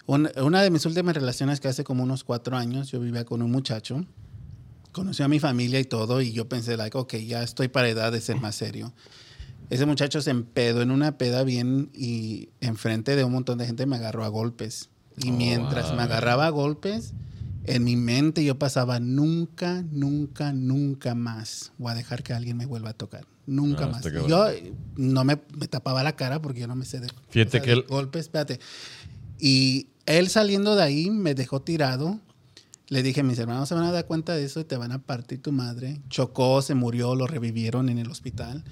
Speaker 4: un- una de mis últimas relaciones que hace como unos cuatro años, yo vivía con un muchacho, conoció a mi familia y todo, y yo pensé, like, ok, ya estoy para edad de ser más serio. Ese muchacho se empedó en una peda bien y enfrente de un montón de gente me agarró a golpes. Y
Speaker 1: Oh,
Speaker 4: mientras me agarraba a golpes, en mi mente yo pasaba nunca, nunca, nunca más voy a dejar que alguien me vuelva a tocar. Nunca
Speaker 1: Ah,
Speaker 4: más.
Speaker 1: está
Speaker 4: Y
Speaker 1: cabrón.
Speaker 4: Yo eh, no me, me tapaba la cara porque yo no me sé de,
Speaker 1: Fíjate que
Speaker 4: de
Speaker 1: él-
Speaker 4: golpes, espérate. Y él saliendo de ahí me dejó tirado. Le dije, mis hermanos se van a dar cuenta de eso y te van a partir tu madre. Chocó, se murió, lo revivieron en el hospital.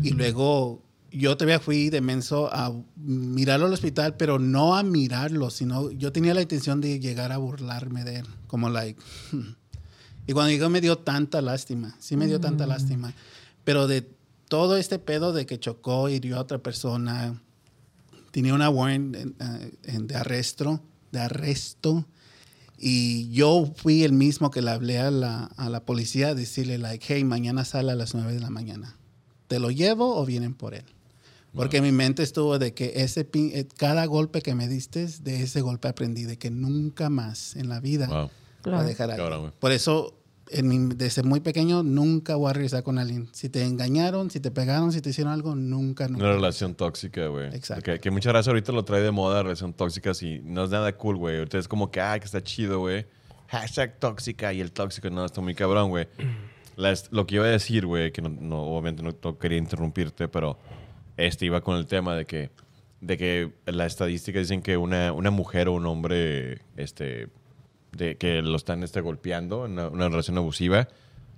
Speaker 4: Y luego yo todavía fui de menso a mirarlo al hospital, pero no a mirarlo, sino yo tenía la intención de llegar a burlarme de él, como like... Y cuando llegó me dio tanta lástima, sí me dio tanta lástima, pero de todo este pedo de que chocó, hirió a otra persona, tenía una warrant en- eh, en- de arresto, de arresto, y yo fui el mismo que le hablé a la, a la policía a decirle, like, hey, mañana sale a las 9 de la mañana. ¿Te lo llevo o vienen por él? Porque mi mente estuvo de que ese pin- eh, cada golpe que me diste, de ese golpe aprendí de que nunca más en la vida
Speaker 1: Wow.
Speaker 4: voy a
Speaker 3: Claro.
Speaker 4: dejar a alguien.
Speaker 1: Cabrón, güey.
Speaker 4: Por eso, en mi- desde muy pequeño, nunca voy a regresar con alguien. Si te engañaron, si te pegaron, si te hicieron algo, nunca, nunca.
Speaker 1: Una relación tóxica, güey.
Speaker 4: Exacto.
Speaker 1: Que, que muchas gracias ahorita lo trae de moda, relación tóxica, y no es nada cool, güey. Ahorita es como que, ah, que está chido, güey. Hashtag tóxica y el tóxico, no, está muy cabrón, güey. Las- Lo que iba a decir, güey, que no, no, obviamente no, no quería interrumpirte, pero este iba con el tema de que
Speaker 5: de que las estadísticas dicen que una, una mujer o un hombre este, de, que lo están este, golpeando en una, una relación abusiva,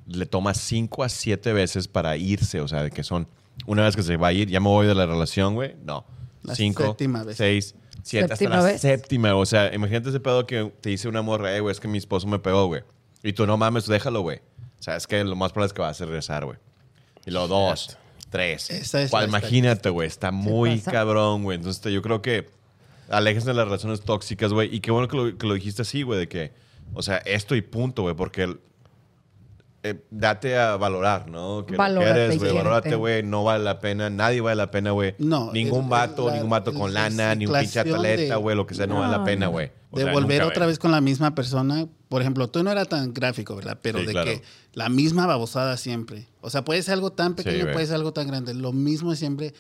Speaker 5: le toma 5 a 7 veces para irse. O sea, de que son una vez que se va a ir, ya me voy de la relación, güey. No.
Speaker 4: La
Speaker 5: 5,
Speaker 4: séptima vez.
Speaker 5: 6, 7, hasta
Speaker 3: Séptima
Speaker 5: la
Speaker 3: vez.
Speaker 5: séptima. O sea, imagínate ese pedo que te dice una morra, eh, güey, es que mi esposo me pegó, güey. Y tú no mames, déjalo, güey. O sea, es que lo más probable es que vas a regresar, güey. Y luego dos, tres.
Speaker 4: Esa es
Speaker 5: Cual,
Speaker 4: la
Speaker 5: imagínate, güey. Está muy
Speaker 3: pasa?
Speaker 5: cabrón, güey. Entonces, te- yo creo que alejes de las relaciones tóxicas, güey. Y qué bueno que lo, que lo dijiste así, güey, de que, o sea, esto y punto, güey, porque el- eh, date a valorar, ¿no? Que lo
Speaker 3: Valórate,
Speaker 5: que eres, güey.
Speaker 3: quiérete.
Speaker 5: Valórate, güey. No vale la pena. Nadie vale la pena, güey.
Speaker 4: No,
Speaker 5: Ningún
Speaker 4: el-
Speaker 5: vato,
Speaker 4: la-
Speaker 5: ningún vato con
Speaker 4: la
Speaker 5: lana, ni un pinche
Speaker 4: reciclación
Speaker 5: atleta,
Speaker 4: de-
Speaker 5: güey. Lo que sea, no, vale la
Speaker 3: No,
Speaker 5: pena,
Speaker 3: no.
Speaker 5: güey. O
Speaker 4: de
Speaker 5: sea,
Speaker 4: volver
Speaker 5: nunca,
Speaker 4: otra
Speaker 5: güey.
Speaker 4: vez con la misma persona. Por ejemplo, tú no era tan gráfico, ¿verdad? Pero
Speaker 5: Sí,
Speaker 4: de
Speaker 5: claro.
Speaker 4: que la misma babosada siempre. O sea, puede ser algo tan pequeño,
Speaker 5: güey.
Speaker 4: puede ser algo tan grande. Lo mismo siempre.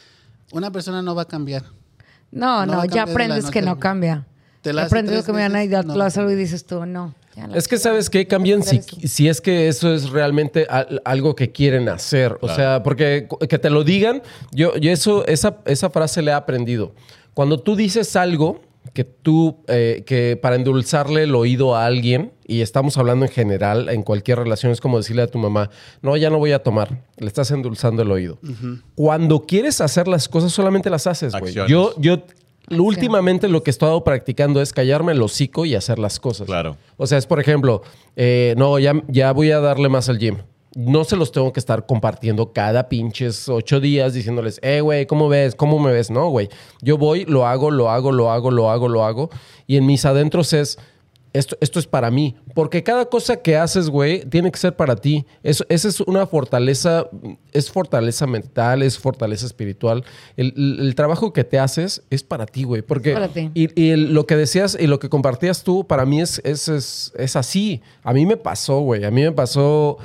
Speaker 4: Una persona no va a cambiar.
Speaker 3: No,
Speaker 4: No
Speaker 3: no,
Speaker 4: va a
Speaker 3: ya
Speaker 4: cambiar de la
Speaker 3: aprendes
Speaker 4: noche
Speaker 3: que
Speaker 4: al-
Speaker 3: no cambia.
Speaker 4: Te la hace
Speaker 3: aprendes
Speaker 4: tres
Speaker 3: que mañana y
Speaker 4: meses,
Speaker 3: ya
Speaker 4: no
Speaker 3: lo
Speaker 4: la
Speaker 3: haces algo y
Speaker 4: cambia.
Speaker 3: dices tú, no. ya la-
Speaker 2: Es que sabes que cambian si, si es que eso es realmente al- algo que quieren hacer. O sea, porque cu- que te lo digan, yo, yo eso, esa, esa frase le he aprendido. Cuando tú dices algo que tú, eh, que para endulzarle el oído a alguien, y estamos hablando en general, en cualquier relación, es como decirle a tu mamá, no, ya no voy a tomar, le estás endulzando el oído. Cuando quieres hacer las cosas, solamente las haces, güey.
Speaker 5: Acciones.
Speaker 2: Yo, yo últimamente lo que he estado practicando es callarme el hocico y hacer las cosas.
Speaker 5: Claro.
Speaker 2: O sea, es por ejemplo, eh, no, ya, ya voy a darle más al gym. No se los tengo que estar compartiendo cada pinches ocho días diciéndoles, eh, güey, ¿cómo ves? ¿Cómo me ves? No, güey. Yo voy, lo hago, lo hago, lo hago, lo hago, lo hago. Y en mis adentros es, esto, esto es para mí. Porque cada cosa que haces, güey, tiene que ser para ti. Eso, esa es una fortaleza, es fortaleza mental, es fortaleza espiritual. El, el- el trabajo que te haces es para ti, güey. Porque
Speaker 3: para ti.
Speaker 2: y, y el- lo que decías y lo que compartías tú, para mí es, es, es, es así. A mí me pasó, güey. A mí me pasó.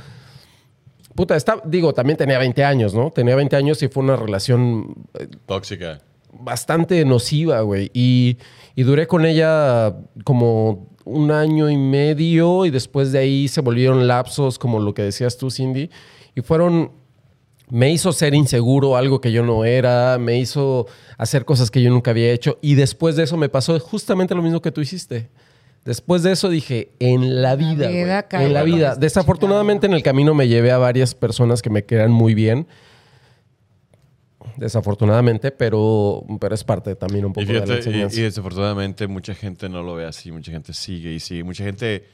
Speaker 2: Puta, está, digo, también tenía 20 años, ¿no? Tenía 20 años y fue una relación eh,
Speaker 5: Tóxica.
Speaker 2: bastante nociva, güey. Y, y duré con ella como un año y medio y después de ahí se volvieron lapsos, como lo que decías tú, Cindy. Y fueron me hizo ser inseguro, algo que yo no era, me hizo hacer cosas que yo nunca había hecho y después de eso me pasó justamente lo mismo que tú hiciste. Después de eso dije, en la vida, güey,
Speaker 3: vida,
Speaker 2: en la
Speaker 3: cabrón.
Speaker 2: vida. Desafortunadamente en el camino me llevé a varias personas que me quedan muy bien. Desafortunadamente, pero, pero es parte también un poco
Speaker 5: Y,
Speaker 2: de la
Speaker 5: fíjate, y,
Speaker 2: enseñanza.
Speaker 5: y desafortunadamente mucha gente no lo ve así, mucha gente sigue y sigue. Mucha gente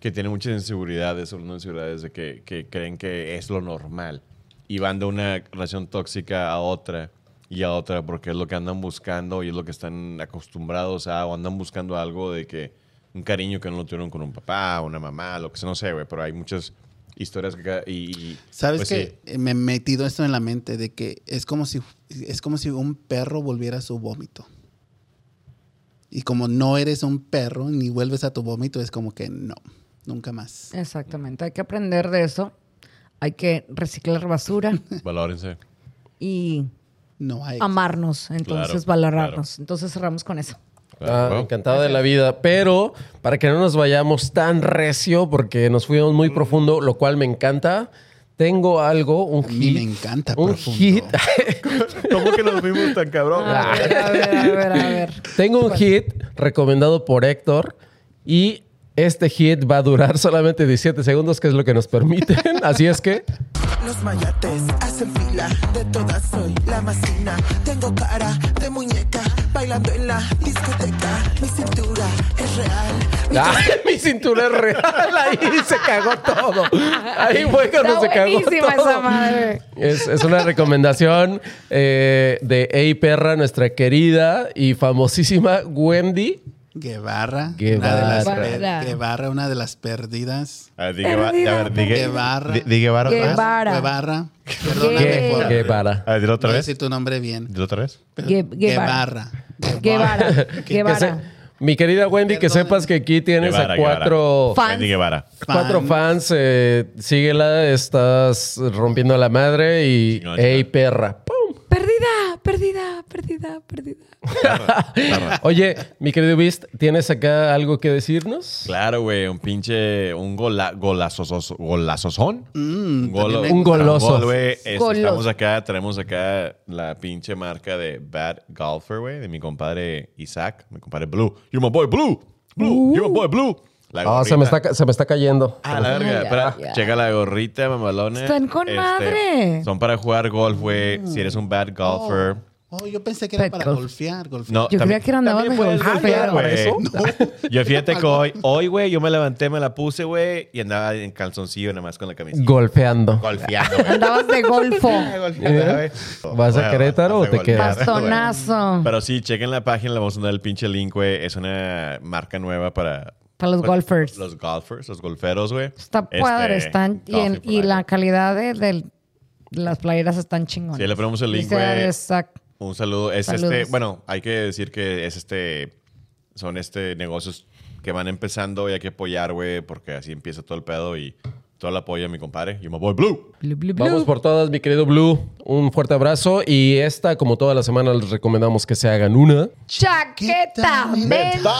Speaker 5: que tiene muchas inseguridades, hablando de inseguridades de que, que creen que es lo normal y van de una relación tóxica a otra y a otra porque es lo que andan buscando y es lo que están acostumbrados a o andan buscando algo de que un cariño que no lo tuvieron con un papá, una mamá, lo que sea, no sé, güey, pero hay muchas historias que... ca- Y, y-
Speaker 4: ¿Sabes
Speaker 5: pues sí.
Speaker 4: qué? Eh, Me he metido esto en la mente de que es como si es como si un perro volviera a su vómito. Y como no eres un perro ni vuelves a tu vómito, es como que no, nunca más.
Speaker 3: Exactamente, hay que aprender de eso. Hay que reciclar basura
Speaker 5: Valórense.
Speaker 3: y
Speaker 4: No hay.
Speaker 3: amarnos, entonces
Speaker 5: Claro,
Speaker 3: valorarnos. Entonces cerramos con eso.
Speaker 2: Ah,
Speaker 5: Claro, wow.
Speaker 2: Encantado de la vida, pero para que no nos vayamos tan recio, porque nos fuimos muy profundo, lo cual me encanta, tengo algo, un
Speaker 4: A
Speaker 2: hit.
Speaker 4: mí me encanta
Speaker 2: un
Speaker 4: profundo.
Speaker 2: hit.
Speaker 5: ¿Cómo que nos vimos tan cabrón?
Speaker 3: A ver, a ver, a ver, a ver.
Speaker 2: tengo un hit recomendado por Héctor y este hit va a durar solamente 17 segundos, que es lo que nos permiten. Así es que
Speaker 7: Los mayates hacen fila, de todas soy la más fina. Tengo cara de muñeca, bailando en la discoteca. Mi cintura es real.
Speaker 2: ¡Ay, ¡ah! mi cintura es real. Ahí se cagó todo. Ahí fue cuando
Speaker 3: Está
Speaker 2: se cagó
Speaker 3: buenísima
Speaker 2: todo.
Speaker 3: esa madre.
Speaker 2: Es, es una recomendación eh, de Ey Perra, nuestra querida y famosísima Wendy.
Speaker 4: Guevara,
Speaker 2: Guevara.
Speaker 4: Una de las per-
Speaker 3: Guevara.
Speaker 4: Guevara, una de las perdidas.
Speaker 5: A ver, di Guevara- a ver, di Gue-
Speaker 4: Guevara.
Speaker 5: di- di Guevara otra vez.
Speaker 3: Guevara.
Speaker 4: Guevara. Perdóname
Speaker 3: Gue-
Speaker 4: por
Speaker 2: Qué para.
Speaker 5: A ver, dilo
Speaker 4: voy
Speaker 5: otra
Speaker 4: a
Speaker 5: vez.
Speaker 4: decir tu nombre bien.
Speaker 5: Dilo otra vez.
Speaker 3: Gue- Guevara.
Speaker 4: Guevara.
Speaker 3: Guevara.
Speaker 2: Que
Speaker 3: Guevara.
Speaker 2: se- mi querida Wendy, que
Speaker 4: Perdóname.
Speaker 2: sepas que aquí tienes
Speaker 5: Guevara,
Speaker 2: a
Speaker 5: Guevara.
Speaker 2: cuatro,
Speaker 3: Fans.
Speaker 5: Wendy Guevara.
Speaker 2: cuatro fans. eh, síguela, estás rompiendo la madre y
Speaker 5: Chingón,
Speaker 2: Ey
Speaker 5: chingón.
Speaker 2: Perra. ¡Pum!
Speaker 3: Perdida, perdida. perdida, perdida, perdida.
Speaker 2: Oye, mi querido Beast, ¿tienes acá algo que decirnos?
Speaker 5: Claro, güey, un pinche, un gola, golazosos- golazozón. un, golo-
Speaker 2: Mm,
Speaker 4: también
Speaker 2: me- Un goloso.
Speaker 5: gol, güey. Es-
Speaker 3: Goloso.
Speaker 5: Estamos acá, traemos acá la pinche marca de Bad Golfer, güey, de mi compadre Isaac, mi compadre Blue. You're my boy Blue. Blue, you're my boy Blue. La
Speaker 2: Ah, se, me
Speaker 5: gorrita.
Speaker 2: está, se me está cayendo.
Speaker 5: Ah, la verga.
Speaker 3: ya,
Speaker 5: Espera,
Speaker 3: ya.
Speaker 5: checa la gorrita, mamalona.
Speaker 3: Están con madre.
Speaker 5: Son para jugar golf, güey. Si eres un bad golfer.
Speaker 4: Oh, yo pensé que era para
Speaker 3: Pero-
Speaker 4: golfear, golfear.
Speaker 5: No,
Speaker 3: Yo creía que eran
Speaker 5: también
Speaker 3: navajas
Speaker 5: puedes
Speaker 3: de golfear.
Speaker 5: golfear,
Speaker 2: ¿Para
Speaker 5: güey. Yo fíjate que hoy, hoy, güey, yo me levanté, me la puse, güey, y andaba en calzoncillo nada más con la camiseta.
Speaker 2: Golfeando.
Speaker 5: Golfeando, güey.
Speaker 3: Andabas de golfo.
Speaker 5: Ah, golfeando,
Speaker 2: ¿Eh?
Speaker 5: güey.
Speaker 2: ¿Vas a Querétaro
Speaker 5: vas a
Speaker 2: o te quedas?
Speaker 5: golfear, güey.
Speaker 3: Bastonazo.
Speaker 5: Pero sí, chequen la página, le vamos a dar el pinche link, güey. Es una marca nueva para...
Speaker 3: Para los
Speaker 5: para-
Speaker 3: golfers.
Speaker 5: Los golfers, los golferos, güey.
Speaker 3: Está
Speaker 5: Este,
Speaker 3: padre, están y, en-
Speaker 5: Golfing for
Speaker 3: y
Speaker 5: Life,
Speaker 3: la
Speaker 5: güey.
Speaker 3: calidad de, del- las playeras están chingonas.
Speaker 5: Sí, le ponemos el link,
Speaker 3: Dice
Speaker 5: güey.
Speaker 3: Isaac.
Speaker 5: Un saludo. Es
Speaker 3: Saludos.
Speaker 5: este, bueno, hay que decir que es este, son este negocios que van empezando y hay que apoyar, güey, porque así empieza todo el pedo y todo el apoyo a mi compadre. Yo me voy blue.
Speaker 3: Blu, blu, blu.
Speaker 2: Vamos por todas, mi querido Blue. Un fuerte abrazo. Y esta, como toda la semana, les recomendamos que se hagan una.
Speaker 3: Chaqueta mental.